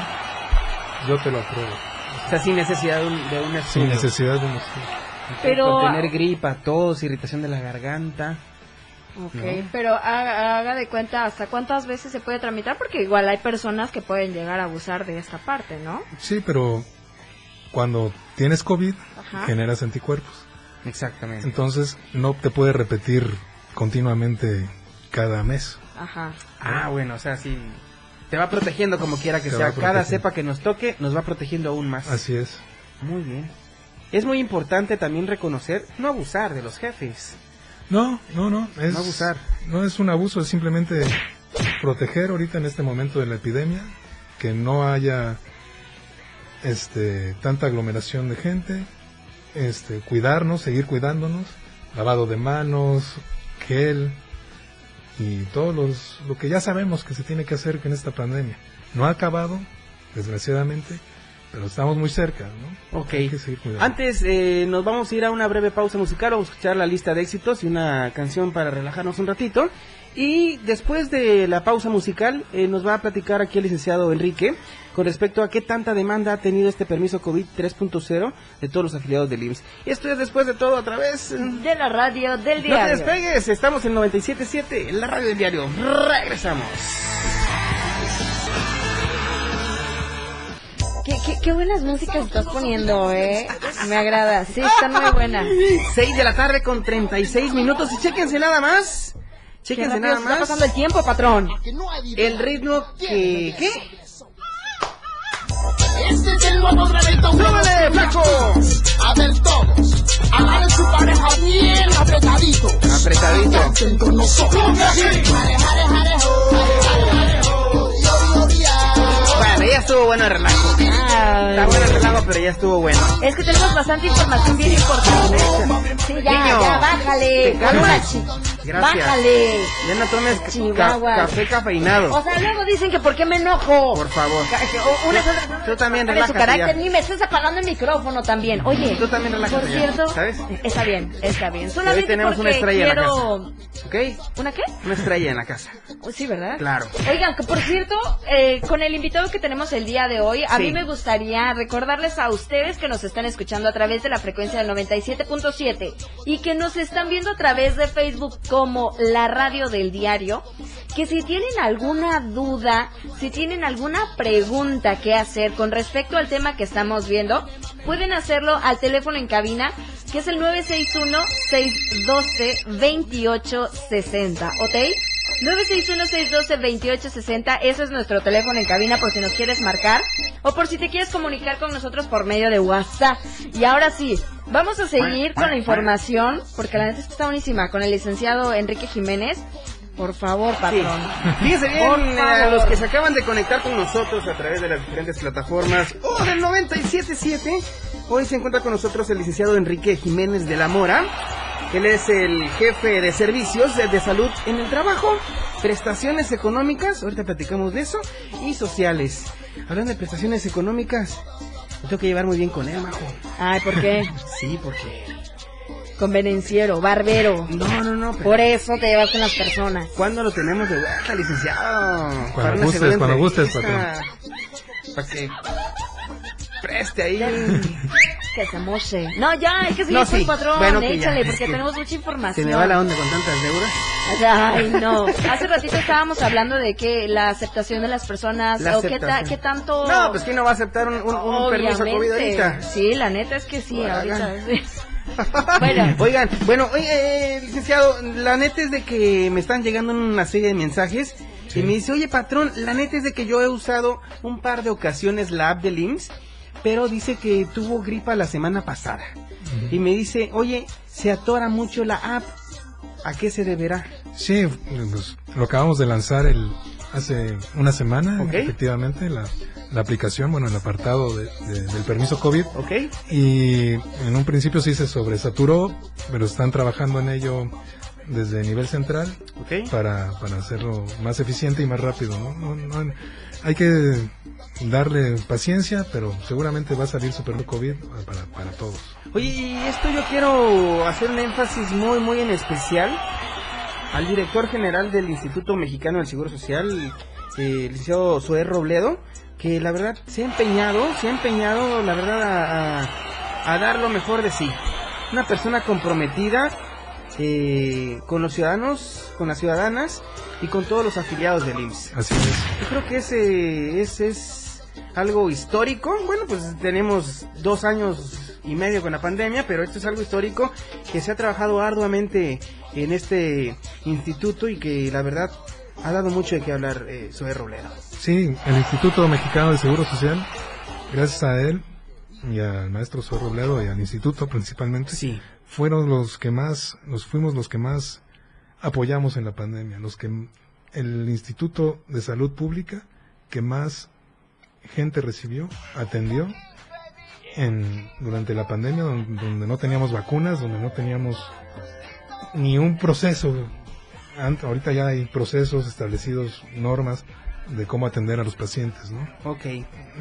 Speaker 10: yo te lo apruebo,
Speaker 8: O sea, sin necesidad de un, de un
Speaker 10: sin
Speaker 8: estudio.
Speaker 10: necesidad de mostrar.
Speaker 9: Pero-
Speaker 8: Por tener gripa, tos, irritación de la garganta.
Speaker 9: Ok,
Speaker 8: ¿no?
Speaker 9: pero haga, haga de cuenta hasta cuántas veces se puede tramitar, porque igual hay personas que pueden llegar a abusar de esta parte, ¿no?
Speaker 10: Sí, pero cuando tienes COVID,
Speaker 9: Ajá.
Speaker 10: generas anticuerpos.
Speaker 8: Exactamente.
Speaker 10: Entonces, no te puede repetir continuamente cada mes.
Speaker 9: Ajá.
Speaker 8: Ah, bueno, o sea, sí. Te va protegiendo como quiera que sea.
Speaker 10: Te va
Speaker 8: Cada
Speaker 10: protegiendo.
Speaker 8: cepa que nos toque nos va protegiendo aún más.
Speaker 10: Así es.
Speaker 8: Muy bien. Es muy importante también reconocer no abusar de los jefes.
Speaker 10: No, no, no. Es,
Speaker 8: No abusar.
Speaker 10: No es un abuso, es simplemente proteger ahorita en este momento de la epidemia, que no haya este, tanta aglomeración de gente, este, cuidarnos, seguir cuidándonos, lavado de manos, gel y todo los, lo que ya sabemos que se tiene que hacer en esta pandemia. No ha acabado, desgraciadamente, pero estamos muy cerca, ¿no?
Speaker 8: Ok.
Speaker 10: Hay que seguir cuidando.
Speaker 8: Antes eh, nos vamos a ir a una breve pausa musical, vamos a escuchar la lista de éxitos y una canción para relajarnos un ratito. Y después de la pausa musical eh, nos va a platicar aquí el licenciado Enrique con respecto a qué tanta demanda ha tenido este permiso COVID 3.0 de todos los afiliados del IMSS. Esto es después de todo a través eh,
Speaker 9: De la radio, del
Speaker 8: No te
Speaker 9: diario.
Speaker 8: despegues, estamos en 97.7, la radio del diario. Regresamos.
Speaker 9: ¿Qué, qué, qué buenas músicas estás poniendo, ¿eh? Me agrada, sí, están muy buenas.
Speaker 8: 6 de la tarde con 36 minutos y chéquense nada más. Chéquense
Speaker 9: rápido
Speaker 8: nada
Speaker 9: se
Speaker 8: más.
Speaker 9: está pasando el tiempo, patrón.
Speaker 8: El ritmo que... ¿Qué?
Speaker 11: Este es el nuevo granito. ¡Súbele, flaco! A ver todos. Agarren su pareja bien apretadito.
Speaker 8: Apretadito.
Speaker 11: Canten con nosotros. Jare, jare, jarejo. Jare, jare, jarejo. Yo, yo, ya.
Speaker 8: Bueno, ya estuvo bueno el relajo. Está bueno el relajo, pero ya estuvo bueno.
Speaker 9: Es que tenemos bastante información bien importante. Sí, ya,
Speaker 8: Niño,
Speaker 9: ya, bájale.
Speaker 8: ¿te calmas?
Speaker 9: Hola, chi-
Speaker 8: Gracias.
Speaker 9: Bájale.
Speaker 8: Ya no tomes ca-
Speaker 9: Chihuahua.
Speaker 8: café cafeinado.
Speaker 9: O sea, luego dicen que por qué me enojo.
Speaker 8: Por favor.
Speaker 9: Ca- que- o- Una cosa
Speaker 8: Tú también
Speaker 9: Dale su
Speaker 8: relájate
Speaker 9: carácter,
Speaker 8: ya.
Speaker 9: ni me estás apagando el micrófono también. Oye,
Speaker 8: Tú también relájate
Speaker 9: por
Speaker 8: ya,
Speaker 9: cierto,
Speaker 8: ¿sabes?
Speaker 9: está bien, está bien. Solamente
Speaker 8: Hoy tenemos
Speaker 9: porque
Speaker 8: una estrella en la
Speaker 9: quiero...
Speaker 8: ¿Ok?
Speaker 9: ¿Una qué?
Speaker 8: Una estrella en la casa.
Speaker 9: Oh, Sí, ¿verdad?
Speaker 8: Claro.
Speaker 9: Oigan, que por cierto, eh, con el invitado que tenemos el día de hoy, a
Speaker 8: Sí.
Speaker 9: mí me gustaría recordarles a ustedes que nos están escuchando a través de la frecuencia del 97.7 y que nos están viendo a través de Facebook como la radio del diario, que si tienen alguna duda, si tienen alguna pregunta que hacer con respecto al tema que estamos viendo, pueden hacerlo al teléfono en cabina que es el 961-612-2860, ¿ok? 961-612-2860, ese es nuestro teléfono en cabina por si nos quieres marcar o por si te quieres comunicar con nosotros por medio de WhatsApp. Y ahora sí, vamos a seguir con la información, porque la neta es que está buenísima, con el licenciado Enrique Jiménez. Por favor, patrón.
Speaker 8: Fíjense
Speaker 9: Por
Speaker 8: bien a
Speaker 9: favor.
Speaker 8: los que se acaban de conectar con nosotros a través de las diferentes plataformas o del 977. Hoy se encuentra con nosotros el licenciado Enrique Jiménez de la Mora. Él es el jefe de servicios de, de salud en el trabajo, prestaciones económicas, ahorita platicamos de eso, y sociales. Hablando de prestaciones económicas, me tengo que llevar muy bien con él, majo.
Speaker 9: Ay, ¿por qué?
Speaker 8: Sí, porque
Speaker 9: Convenenciero, barbero.
Speaker 8: No, no, no.
Speaker 9: Por eso te llevas con las personas.
Speaker 8: ¿Cuándo lo tenemos de vuelta, licenciado? Para una
Speaker 10: gustes,
Speaker 8: segunda
Speaker 10: cuando gustes,
Speaker 8: entrevista. Para que preste ahí un-
Speaker 9: Que se moche. No, ya, hay que seguir
Speaker 8: No,
Speaker 9: con
Speaker 8: sí.
Speaker 9: el patrón.
Speaker 8: Bueno, que ya,
Speaker 9: Échale,
Speaker 8: es
Speaker 9: porque
Speaker 8: que
Speaker 9: tenemos mucha
Speaker 8: Se
Speaker 9: información.
Speaker 8: me va la onda con tantas deudas.
Speaker 9: Ay, no. Hace ratito estábamos hablando de que la aceptación de las personas,
Speaker 8: La
Speaker 9: o qué, ta-
Speaker 8: aceptación.
Speaker 9: qué tanto...
Speaker 8: No, pues ¿quién no va a aceptar un, un- un permiso COVID
Speaker 9: Obviamente.
Speaker 8: ahorita?
Speaker 9: Sí, la neta es que sí, ahorita.
Speaker 8: Bueno. Oigan, bueno, oye, eh, licenciado, la neta es de que me están llegando una serie de mensajes y me dice, oye, patrón, la neta es de que yo he usado un par de ocasiones la app del IMSS, pero dice que tuvo gripa la semana pasada. Y me dice, oye, se atora mucho la app, ¿a qué se deberá?
Speaker 10: Sí, pues, lo acabamos de lanzar el hace una semana,
Speaker 8: Ok.
Speaker 10: efectivamente, la, la aplicación, bueno, el apartado de- de- del permiso COVID.
Speaker 8: ¿Ok?
Speaker 10: Y en un principio sí se sobresaturó, pero están trabajando en ello desde nivel central
Speaker 8: Ok.
Speaker 10: para, para hacerlo más eficiente y más rápido. ¿no? No- no- hay que darle paciencia, pero seguramente va a salir super COVID para, para todos.
Speaker 8: Oye, y esto yo quiero hacer un énfasis muy, muy en especial al director general del Instituto Mexicano del Seguro Social, eh, el licenciado Zoé Robledo, que la verdad se ha empeñado, se ha empeñado, la verdad, a, a- a dar lo mejor de sí. Una persona comprometida eh, con los ciudadanos, con las ciudadanas y con todos los afiliados del IMSS.
Speaker 10: Así es.
Speaker 8: Yo creo que ese, ese es algo histórico. Bueno, pues tenemos dos años y medio con la pandemia, pero esto es algo histórico que se ha trabajado arduamente en este instituto y que la verdad ha dado mucho de qué hablar eh, Zoé Robledo.
Speaker 10: Sí, el Instituto Mexicano de Seguro Social, gracias a él y al maestro Suero Robledo y al instituto principalmente, fueron los que más, nos fuimos los que más apoyamos en la pandemia, los que m- el Instituto de Salud Pública que más gente recibió, atendió en durante la pandemia don- donde no teníamos vacunas, donde no teníamos ni un proceso. Ant- ahorita ya hay procesos establecidos, normas de cómo atender a los pacientes, ¿no?
Speaker 8: Ok,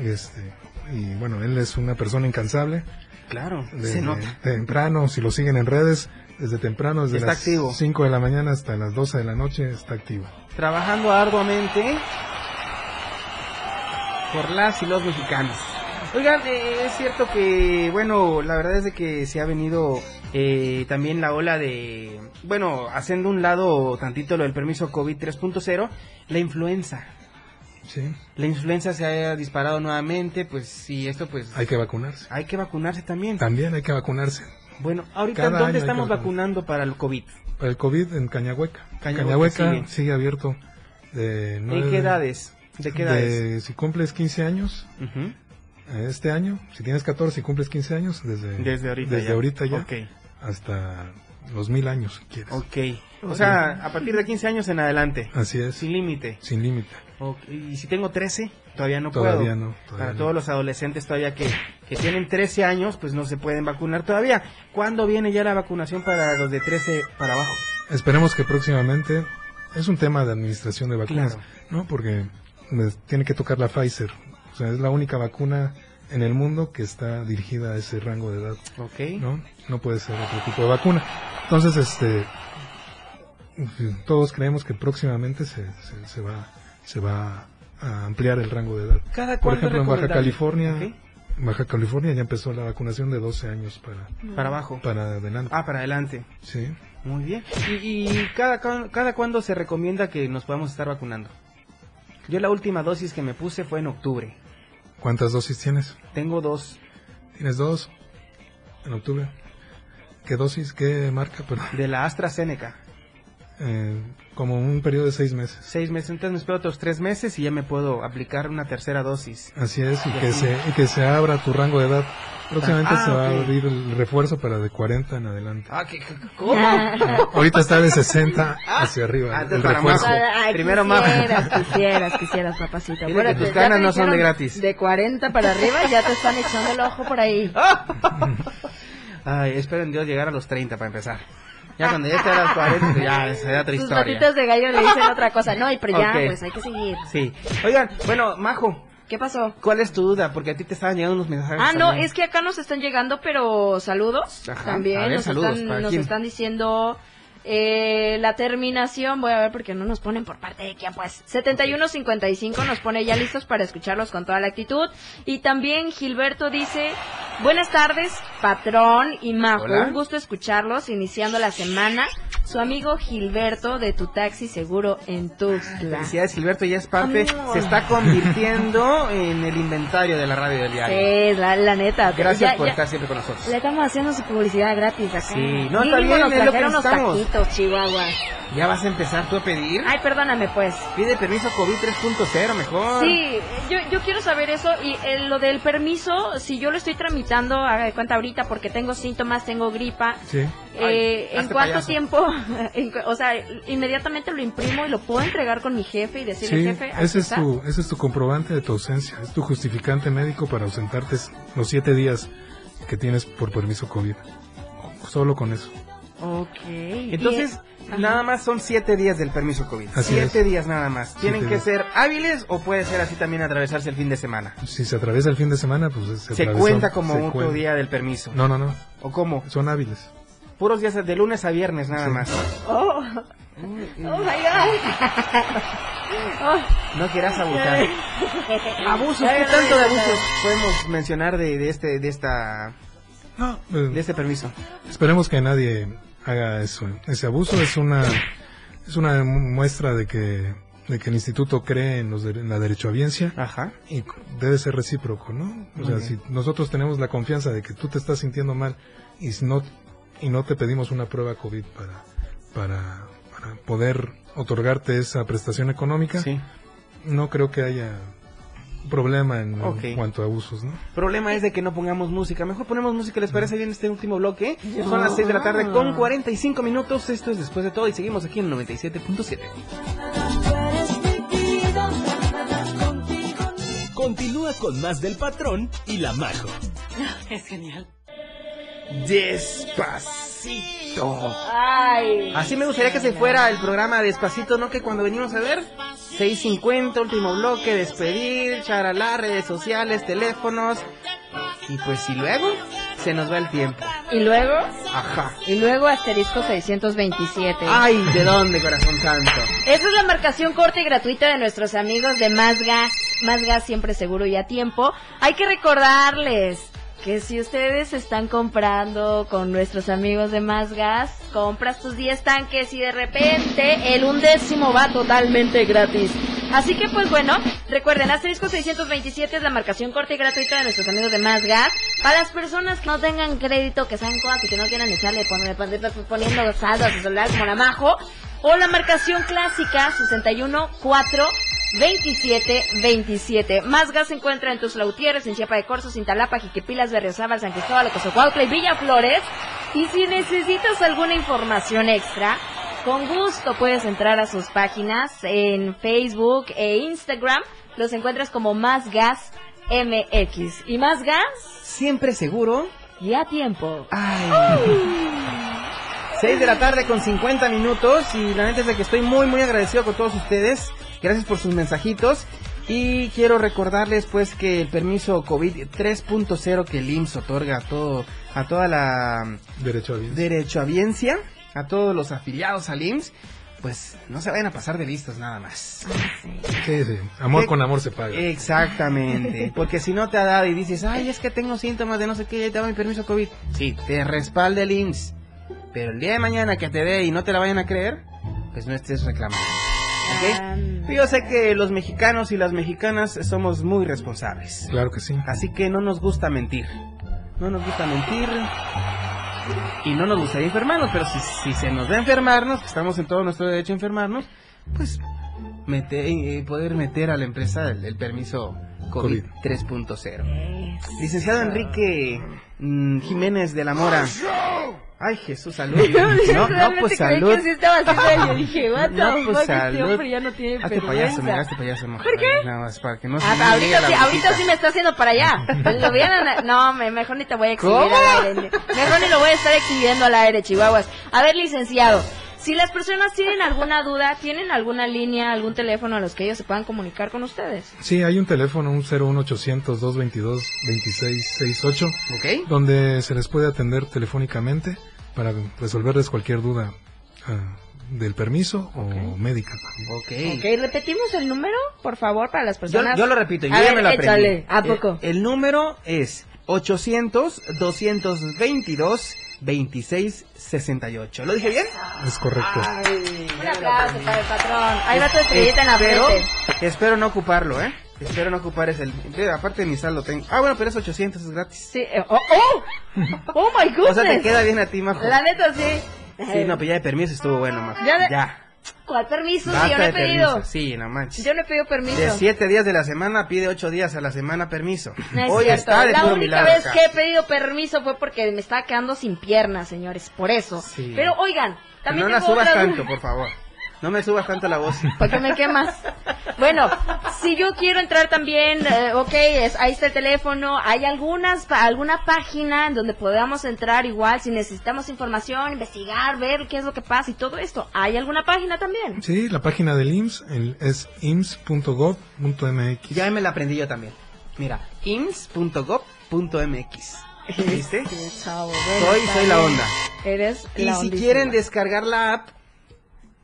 Speaker 10: Este, y bueno, él es una persona incansable.
Speaker 8: claro,
Speaker 10: De-
Speaker 8: se nota.
Speaker 10: de temprano, si lo siguen en redes, desde temprano, desde
Speaker 8: Está
Speaker 10: las
Speaker 8: activo.
Speaker 10: 5 de la mañana hasta las 12 de la noche, está activo.
Speaker 8: Trabajando arduamente por las y los mexicanos. Oigan, eh, es cierto que, bueno, la verdad es de que se ha venido eh, también la ola de, bueno, haciendo un lado tantito lo del permiso COVID 3.0, la influenza.
Speaker 10: Sí,
Speaker 8: La influenza se ha disparado nuevamente, pues sí, esto pues
Speaker 10: hay que vacunarse.
Speaker 8: hay que vacunarse también.
Speaker 10: También hay que vacunarse.
Speaker 8: Bueno, ahorita
Speaker 10: Cada año hay
Speaker 8: ¿dónde
Speaker 10: que
Speaker 8: estamos
Speaker 10: vacunarse.
Speaker 8: vacunando para el COVID?
Speaker 10: Para el COVID en Cañahueca.
Speaker 8: Cañahueca
Speaker 10: Cañahueca,
Speaker 8: sigue.
Speaker 10: sigue. abierto. De
Speaker 8: ¿En
Speaker 10: nueve-
Speaker 8: qué edades? ¿De qué edades?
Speaker 10: de- si cumples 15 años,
Speaker 8: Ujú.
Speaker 10: eh, este año, si tienes 14 y cumples 15 años, desde,
Speaker 8: Desde ahorita
Speaker 10: desde
Speaker 8: ya.
Speaker 10: ahorita ya
Speaker 8: Ok.
Speaker 10: hasta los mil años, si quieres.
Speaker 8: Ok. O sea, a partir de 15 años en adelante.
Speaker 10: Así es.
Speaker 8: Sin límite.
Speaker 10: Sin límite.
Speaker 8: Ok, Y si tengo 13, todavía no puedo.
Speaker 10: Todavía no, todavía
Speaker 8: Para
Speaker 10: no.
Speaker 8: todos los adolescentes todavía que, que tienen 13 años, pues no se pueden vacunar todavía. ¿Cuándo viene ya la vacunación para los de 13 para abajo?
Speaker 10: Esperemos que próximamente es un tema de administración de vacunas,
Speaker 8: Claro.
Speaker 10: ¿no? Porque me tiene que tocar la Pfizer. O sea, es la única vacuna en el mundo que está dirigida a ese rango de edad.
Speaker 8: Ok.
Speaker 10: ¿No? No puede ser otro tipo de vacuna. Entonces, este todos creemos que próximamente se, se- se va se va a ampliar el rango de edad.
Speaker 8: ¿Cada
Speaker 10: Por
Speaker 8: cuánto
Speaker 10: ejemplo, en Baja
Speaker 8: recomendable?
Speaker 10: California, Baja California ya empezó la vacunación de 12 años para,
Speaker 8: Para abajo.
Speaker 10: Para adelante.
Speaker 8: Ah, para adelante.
Speaker 10: Sí.
Speaker 8: Muy bien. ¿Y, y cada, cuan- cada cuándo se recomienda que nos podamos estar vacunando? Yo la última dosis que me puse fue en octubre.
Speaker 10: ¿Cuántas dosis tienes?
Speaker 8: Tengo dos.
Speaker 10: ¿Tienes dos? En octubre. ¿Qué dosis? ¿Qué marca? Perdón.
Speaker 8: De la AstraZeneca.
Speaker 10: Eh, como un periodo de seis meses.
Speaker 8: Seis meses. Entonces me espero otros tres meses y ya me puedo aplicar una tercera dosis.
Speaker 10: Así es, y
Speaker 8: De
Speaker 10: que
Speaker 8: aquí.
Speaker 10: se, y que se abra tu rango de edad. Próximamente
Speaker 8: Ah,
Speaker 10: se va
Speaker 8: ok.
Speaker 10: a abrir el refuerzo para de 40 en adelante.
Speaker 8: Ah, ¿qué, qué- cómo
Speaker 10: Ahorita está de 60 hacia arriba.
Speaker 8: Ah,
Speaker 10: el
Speaker 8: para
Speaker 10: refuerzo.
Speaker 9: Ay,
Speaker 8: Primero
Speaker 9: quisieras,
Speaker 8: Majo.
Speaker 9: quisieras, quisieras, papacito.
Speaker 8: Mira
Speaker 9: Acuérdate,
Speaker 8: que tus
Speaker 9: ya te
Speaker 8: canas no son de
Speaker 9: dijeron
Speaker 8: gratis.
Speaker 9: De 40 para arriba ya te están echando el ojo por ahí.
Speaker 8: Ah, Ay, espero en Dios llegar a los 30 para empezar. Ya cuando ya esté a los 40, ya será otra
Speaker 9: Tus
Speaker 8: historia.
Speaker 9: patitas de gallo le dicen otra cosa. No, y pero ya,
Speaker 8: Ok.
Speaker 9: pues hay que seguir.
Speaker 8: Sí. Oigan, bueno, Majo.
Speaker 9: ¿Qué pasó?
Speaker 8: ¿Cuál es tu duda? Porque a ti te estaban llegando unos mensajes.
Speaker 9: Ah, no,
Speaker 8: también.
Speaker 9: es que acá nos están llegando, pero saludos.
Speaker 8: Ajá,
Speaker 9: También
Speaker 8: a ver,
Speaker 9: nos,
Speaker 8: saludos, ¿para
Speaker 9: están, nos
Speaker 8: quién?
Speaker 9: están diciendo eh, la terminación. Voy a ver porque no nos ponen por parte de quién, pues. 7155 nos pone ya listos para escucharlos con toda la actitud. Y también Gilberto dice: Buenas tardes, patrón y Majo.
Speaker 12: Hola.
Speaker 9: Un gusto escucharlos iniciando la semana. Su amigo Gilberto de Tu Taxi Seguro en Tuxtla.
Speaker 8: Felicidades, Gilberto, ya es parte.
Speaker 9: Amigo.
Speaker 8: Se está convirtiendo en el inventario de la radio del diario.
Speaker 9: Sí, la, la neta.
Speaker 8: Gracias
Speaker 9: ya-
Speaker 8: por
Speaker 9: ya-
Speaker 8: estar siempre con nosotros.
Speaker 9: Le estamos haciendo su publicidad gratis acá.
Speaker 8: Sí, no, está
Speaker 9: Mínimo
Speaker 8: bien,
Speaker 9: nos
Speaker 8: es lo que
Speaker 9: trajeron unos
Speaker 8: necesitamos.
Speaker 9: taquitos, Chihuahua.
Speaker 8: ¿Ya vas a empezar tú a pedir?
Speaker 9: Ay, perdóname, pues.
Speaker 8: Pide permiso COVID 3.0 mejor.
Speaker 9: Sí, yo, yo quiero saber eso y eh, lo del permiso, si yo lo estoy tramitando, haga de cuenta ahorita porque tengo síntomas, tengo gripa.
Speaker 10: Sí.
Speaker 9: eh,
Speaker 8: Ay,
Speaker 9: ¿En
Speaker 8: hazte
Speaker 9: cuánto
Speaker 8: payaso.
Speaker 9: tiempo? en cu- o sea, inmediatamente lo imprimo y lo puedo entregar con mi jefe y decirle,
Speaker 10: Sí,
Speaker 9: jefe,
Speaker 10: ese
Speaker 9: aquí
Speaker 10: es,
Speaker 9: está.
Speaker 10: tu, ese es tu comprobante de tu ausencia, es tu justificante médico para ausentarte los siete días que tienes por permiso COVID. Solo con eso.
Speaker 9: Ok.
Speaker 8: Entonces, nada más son siete días del permiso COVID.
Speaker 10: Así
Speaker 8: siete días nada más. ¿Tienen
Speaker 10: Siete
Speaker 8: que
Speaker 10: días.
Speaker 8: ser hábiles o puede ser así también atravesarse el fin de semana?
Speaker 10: Si se atraviesa el fin de semana, pues
Speaker 8: Se,
Speaker 10: se, atravesó,
Speaker 8: cuenta como
Speaker 10: se
Speaker 8: un
Speaker 10: cuenta.
Speaker 8: día del permiso.
Speaker 10: No, no, no.
Speaker 8: ¿O cómo?
Speaker 10: Son hábiles.
Speaker 8: Puros días de lunes a viernes nada más.
Speaker 9: Oh. Oh my God. Oh.
Speaker 8: No quieras abusar. Abusos,
Speaker 9: Ay,
Speaker 8: ¿qué
Speaker 9: no,
Speaker 8: tanto de
Speaker 9: no, no.
Speaker 8: abusos podemos mencionar de, de este, de esta,
Speaker 10: Eh,
Speaker 8: de este permiso?
Speaker 10: Esperemos que nadie haga eso. ¿eh? Ese abuso es una es una muestra de que de que el instituto cree en, los dere- en la derechohabiencia y c- debe ser recíproco, ¿no? O
Speaker 8: Muy
Speaker 10: sea, si
Speaker 8: bien.
Speaker 10: nosotros tenemos la confianza de que tú te estás sintiendo mal y s- no y no te pedimos una prueba COVID para para, para poder otorgarte esa prestación económica, no creo que haya problema en
Speaker 8: Ok.
Speaker 10: cuanto a abusos, ¿no?
Speaker 8: Problema es de que no pongamos música. Mejor ponemos música, ¿les parece bien este último bloque? Son las 6 de la tarde con 45 minutos. Esto es después de todo y seguimos aquí en 97.7.
Speaker 13: Continúa con más del patrón y la majo.
Speaker 14: Es genial.
Speaker 8: Despacito.
Speaker 9: Ay.
Speaker 8: Así me gustaría que se fuera el programa Despacito, ¿no? Que cuando venimos a ver, 6.50, último bloque, despedir, charalá, redes sociales, teléfonos. Y pues, y luego, se nos va el tiempo.
Speaker 9: Y luego,
Speaker 8: Ajá.
Speaker 9: y luego asterisco 627.
Speaker 8: Ay, ¿de dónde, corazón santo?
Speaker 9: Esa es la marcación corta y gratuita de nuestros amigos de Más Gas. Más Gas siempre seguro y a tiempo. Hay que recordarles que si ustedes están comprando con nuestros amigos de Más Gas, compras tus 10 tanques y de repente el undécimo va totalmente gratis. Así que pues bueno, recuerden, asterisco 627 es la marcación corta y gratuita de nuestros amigos de Más Gas. Para las personas que no tengan crédito, que sean cosas y que no quieran echarle pon- pon- pon- poniendo saldo a su celular como la majo, o la marcación clásica 61 4 27 27. Más gas se encuentra en tus lautieres, en Chiapa de Corzo, Cintalapa, Jiquipilas, Berriozábal, San Cristóbal, Ocosocuautla y Villa Flores. Y si necesitas alguna información extra, con gusto puedes entrar a sus páginas en Facebook e Instagram. Los encuentras como Más Gas MX. ¿Y Más Gas?
Speaker 8: Siempre seguro.
Speaker 9: Y a tiempo.
Speaker 8: Ay. 6 de la tarde con 50 minutos y la neta es de que estoy muy muy agradecido con todos ustedes. Gracias por sus mensajitos y quiero recordarles pues que el permiso COVID 3.0 que el IMSS otorga a todo a toda la
Speaker 10: Derecho a bien.
Speaker 8: derechohabiencia, a todos los afiliados al IMSS pues no se vayan a pasar de listos nada más.
Speaker 10: Sí, sí. Amor
Speaker 8: Eh,
Speaker 10: con amor se paga.
Speaker 8: Exactamente, porque si no te ha dado y dices, ay, es que tengo síntomas de no sé qué, ya te mi permiso COVID. Sí, te respalda el IMSS, pero el día de mañana que te dé y no te la vayan a creer, pues no estés reclamando. ¿ok? Yo sé que los mexicanos y las mexicanas somos muy responsables.
Speaker 10: Claro que sí.
Speaker 8: Así que no nos gusta mentir. No nos gusta mentir. Y no nos gustaría enfermarnos, pero si, si se nos da enfermarnos, que estamos en todo nuestro derecho a enfermarnos, pues meter, eh, poder meter a la empresa el, el permiso COVID, 3.0. Licenciado Enrique mm, Jiménez de la Mora. Ay, Jesús, salud. No, no,
Speaker 9: Realmente
Speaker 8: pues
Speaker 9: creí
Speaker 8: salud.
Speaker 9: que sí estaba haciendo y yo dije, what the
Speaker 8: No,
Speaker 9: fuck,
Speaker 8: pues,
Speaker 9: este
Speaker 8: salud.
Speaker 9: hombre ya no tiene
Speaker 8: Hazte payaso, mira,
Speaker 9: vergüenza.
Speaker 8: hazte payaso. no,
Speaker 9: ¿Por qué?
Speaker 8: Nada más para que no se
Speaker 9: Ah,
Speaker 8: me
Speaker 9: ahorita,
Speaker 8: diga
Speaker 9: sí,
Speaker 8: la
Speaker 9: ahorita
Speaker 8: boquita.
Speaker 9: sí me está haciendo para allá. Lo vieran a- No, me- mejor ni te voy a exhibir
Speaker 8: ¿Cómo?
Speaker 9: al aire. Mejor ni lo voy a estar exhibiendo al aire, chihuahuas. A ver, licenciado. Si las personas tienen alguna duda, ¿tienen alguna línea, algún teléfono a los que ellos se puedan comunicar con ustedes?
Speaker 10: Sí, hay un teléfono, un 01800-222-2668,
Speaker 8: Ok.
Speaker 10: donde se les puede atender telefónicamente para resolverles cualquier duda ah, del permiso o médica.
Speaker 9: Ok, repetimos el número, por favor, para las
Speaker 8: Yo,
Speaker 9: personas.
Speaker 8: yo lo repito, yo
Speaker 9: a
Speaker 8: ya
Speaker 9: ver,
Speaker 8: me lo aprendí.
Speaker 9: échale, ¿a
Speaker 8: Eh,
Speaker 9: poco?
Speaker 8: El, número es 800-222-2668. ¿Lo dije bien?
Speaker 10: Es correcto.
Speaker 9: Un aplauso para el patrón. Ahí va tu estrellita en la
Speaker 8: Espero-
Speaker 9: frente.
Speaker 8: Espero no ocuparlo, ¿eh? Espero no ocupar ese. de- Aparte de mi saldo tengo. Ah, bueno, pero es 800, es gratis.
Speaker 9: Sí, eh, oh, oh, oh my goodness.
Speaker 8: O sea, te queda bien a ti, Majo.
Speaker 9: La neta, sí.
Speaker 8: Sí, no, pero ya de permiso estuvo bueno, Majo.
Speaker 9: Ya de-
Speaker 8: Ya.
Speaker 9: ¿Cuál permiso?
Speaker 8: Basta
Speaker 9: si yo no he
Speaker 8: de
Speaker 9: pedido.
Speaker 8: permiso. Sí, no manches.
Speaker 9: Yo no he pedido permiso.
Speaker 8: De 7 días de la semana pide 8 días a la semana permiso.
Speaker 9: No es
Speaker 8: Hoy
Speaker 9: cierto.
Speaker 8: está de
Speaker 9: La
Speaker 8: puro
Speaker 9: única
Speaker 8: milagro
Speaker 9: vez
Speaker 8: acá.
Speaker 9: que he pedido permiso fue porque me estaba quedando sin piernas, señores. Por eso.
Speaker 8: Sí.
Speaker 9: Pero oigan, también
Speaker 8: no la
Speaker 9: tengo
Speaker 8: subas
Speaker 9: otra
Speaker 8: tanto,
Speaker 9: duda,
Speaker 8: por favor. No me subas tanto la voz.
Speaker 9: Porque me quemas. Bueno, si yo quiero entrar también, eh, ok, es, ahí está el teléfono. ¿Hay algunas pa- alguna página en donde podamos entrar igual si necesitamos información, investigar, ver qué es lo que pasa y todo esto? ¿Hay alguna página también?
Speaker 10: Sí, la página del IMSS el- es ims.gov.mx.
Speaker 8: Ya me la aprendí yo también. Mira, ims.gov.mx. ¿Viste?
Speaker 9: Chavo, bueno,
Speaker 8: Soy,
Speaker 9: está
Speaker 8: soy la
Speaker 9: bien.
Speaker 8: onda.
Speaker 9: Eres
Speaker 8: Y
Speaker 9: la
Speaker 8: si
Speaker 9: ondísima.
Speaker 8: quieren descargar la app.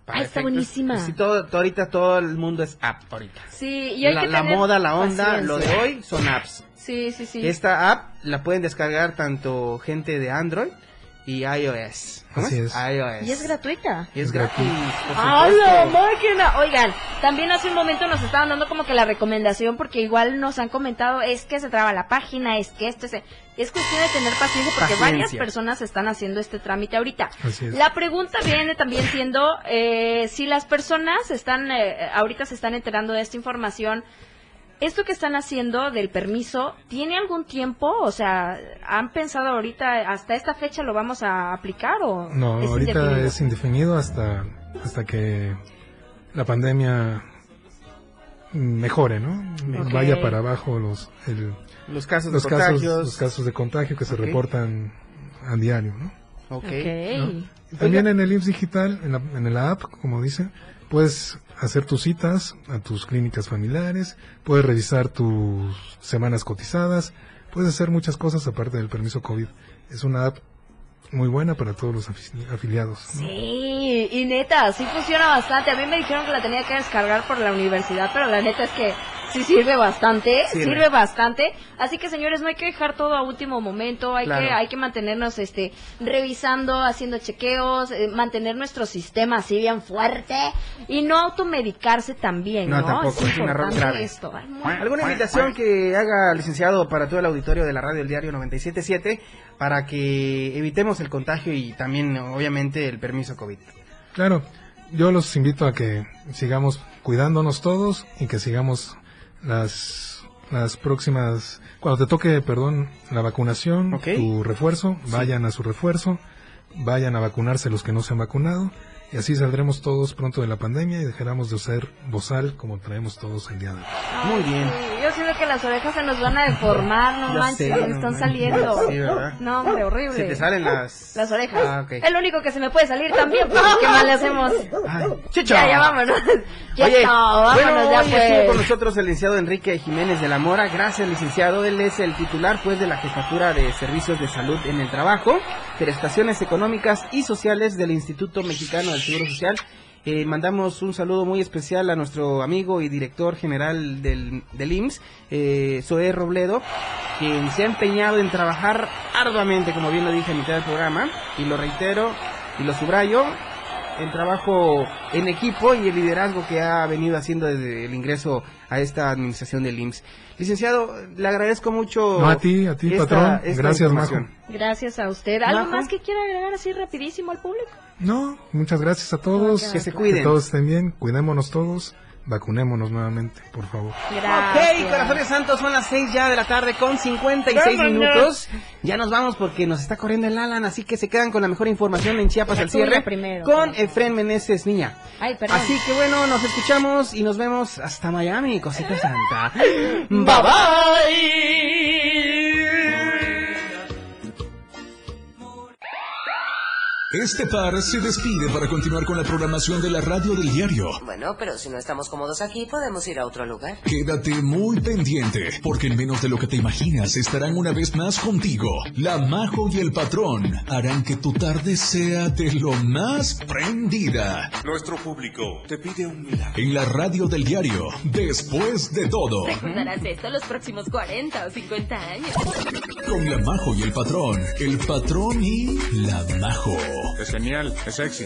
Speaker 8: para
Speaker 9: Ah, está
Speaker 8: efectos-
Speaker 9: buenísima.
Speaker 8: Sí, todo, todo- ahorita todo el mundo es app ahorita.
Speaker 9: Sí, y hay
Speaker 8: La,
Speaker 9: que
Speaker 8: la
Speaker 9: tener
Speaker 8: moda, la onda,
Speaker 9: paciencia.
Speaker 8: lo de hoy son apps.
Speaker 9: Sí, sí, sí.
Speaker 8: Esta app la pueden descargar tanto gente de Android y iOS. ¿Cómo
Speaker 10: Así es.
Speaker 8: iOS.
Speaker 9: Y es gratuita.
Speaker 8: Y es gratis. por
Speaker 9: ¡A la
Speaker 8: supuesto.
Speaker 9: máquina! Oigan, también hace un momento nos estaban dando como que la recomendación, porque igual nos han comentado, es que se traba la página, es que esto es... Es cuestión de tener paciencia porque
Speaker 12: Paciencia.
Speaker 9: varias personas están haciendo este trámite ahorita.
Speaker 12: Así es.
Speaker 9: La pregunta viene también siendo eh, si las personas están, eh, ahorita se están enterando de esta información, ¿Esto que están haciendo del permiso tiene algún tiempo? O sea, ¿han pensado ahorita, hasta esta fecha lo vamos a aplicar o
Speaker 10: No, ahorita
Speaker 9: indefinido?
Speaker 10: es indefinido hasta, hasta que la pandemia mejore, ¿no?
Speaker 8: Ok.
Speaker 10: Vaya para abajo los, el-
Speaker 8: Los casos de
Speaker 10: los casos,
Speaker 8: contagios.
Speaker 10: los casos de contagio que se
Speaker 8: Ok.
Speaker 10: reportan a diario, ¿no?
Speaker 8: Ok.
Speaker 10: Y También en el IMSS Digital, en la, en la app, como dice, puedes hacer tus citas a tus clínicas familiares, puedes revisar tus semanas cotizadas, puedes hacer muchas cosas aparte del permiso COVID. Es una app muy buena para todos los afi- afiliados. ¿no?
Speaker 9: Sí, y neta, sí funciona bastante. A mí me dijeron que la tenía que descargar por la universidad, pero la neta es que sí sirve bastante,
Speaker 12: Sirve.
Speaker 9: sirve, bastante. Así que señores, no hay que dejar todo a último momento, hay
Speaker 12: Claro.
Speaker 9: que hay que mantenernos este revisando, haciendo chequeos, eh, mantener nuestro sistema así bien fuerte y no automedicarse también, ¿no?
Speaker 8: No, tampoco, es un error
Speaker 9: importante
Speaker 8: grave.
Speaker 9: esto. Ay, muy-
Speaker 8: ¿Alguna invitación que haga licenciado para todo el auditorio de la radio El Diario 977 para que evitemos el contagio y también obviamente el permiso COVID?
Speaker 10: Claro, yo los invito a que sigamos cuidándonos todos y que sigamos las las próximas cuando te toque, perdón, la vacunación, tu refuerzo, vayan a su refuerzo, vayan a vacunarse los que no se han vacunado y así saldremos todos pronto de la pandemia y dejaremos de usar bozal como traemos todos el día de hoy.
Speaker 8: Muy bien.
Speaker 9: Sí, Yo siento que las orejas se nos van a deformar, no
Speaker 10: Ya
Speaker 9: manches,
Speaker 10: sé,
Speaker 9: me
Speaker 10: no
Speaker 9: están
Speaker 10: manches.
Speaker 9: saliendo.
Speaker 8: Sí, ¿verdad?
Speaker 9: No, hombre, horrible.
Speaker 8: Se te salen las-
Speaker 9: Las orejas.
Speaker 8: Ah, ok.
Speaker 9: El único que se me puede salir también, pues, ¿qué mal le hacemos?
Speaker 8: chicho.
Speaker 9: Ya, ya vámonos. Ya
Speaker 8: Oye,
Speaker 9: está, vámonos
Speaker 8: bueno,
Speaker 9: ya
Speaker 8: hoy estuvo con
Speaker 9: pues.
Speaker 8: nosotros el licenciado Enrique Jiménez de la Mora. Gracias, licenciado. Él es el titular, pues, de la Jefatura de Servicios de Salud en el Trabajo, Prestaciones Económicas y Sociales del Instituto Mexicano del Seguro Social. Eh, mandamos un saludo muy especial a nuestro amigo y director general del, del IMSS, eh, Zoé Robledo, quien se ha empeñado en trabajar arduamente, como bien lo dije a mitad del programa, y lo reitero y lo subrayo, el trabajo en equipo y el liderazgo que ha venido haciendo desde el ingreso a esta administración del IMSS. Licenciado, le agradezco mucho.
Speaker 10: No, a ti, a ti, patrón. Gracias, Majo.
Speaker 8: información.
Speaker 9: Gracias a usted. ¿Algo
Speaker 8: Majo.
Speaker 9: más que quiera agregar así rapidísimo al público?
Speaker 10: No, muchas gracias a todos.
Speaker 9: Que se cuiden.
Speaker 10: Que todos estén bien. Cuidémonos todos. Vacunémonos nuevamente, por favor.
Speaker 8: Ok, corazones santos, son las 6 ya de la tarde con 56
Speaker 15: Vámonos.
Speaker 8: minutos. Ya nos vamos porque nos está corriendo el Alan, así que se quedan con la mejor información en Chiapas
Speaker 9: La
Speaker 8: al cierre
Speaker 9: tuya primero,
Speaker 8: con Efren Meneses, niña.
Speaker 9: Ay, perdón.
Speaker 8: Así que bueno, nos escuchamos y nos vemos hasta Miami, cosita santa.
Speaker 15: Bye
Speaker 8: bye.
Speaker 2: Este par se despide para continuar con la programación de la radio del diario.
Speaker 12: Bueno, pero si no estamos cómodos aquí, podemos ir a otro lugar.
Speaker 2: Quédate muy pendiente, porque en menos de lo que te imaginas estarán una vez más contigo. La Majo y el Patrón harán que tu tarde sea de lo más prendida.
Speaker 5: Nuestro público te pide un milagro.
Speaker 2: En la radio del diario, después de todo,
Speaker 14: Recordarás esto los próximos 40 o 50 años.
Speaker 2: con la Majo y el Patrón, el Patrón y la Majo.
Speaker 3: Es genial, es sexy.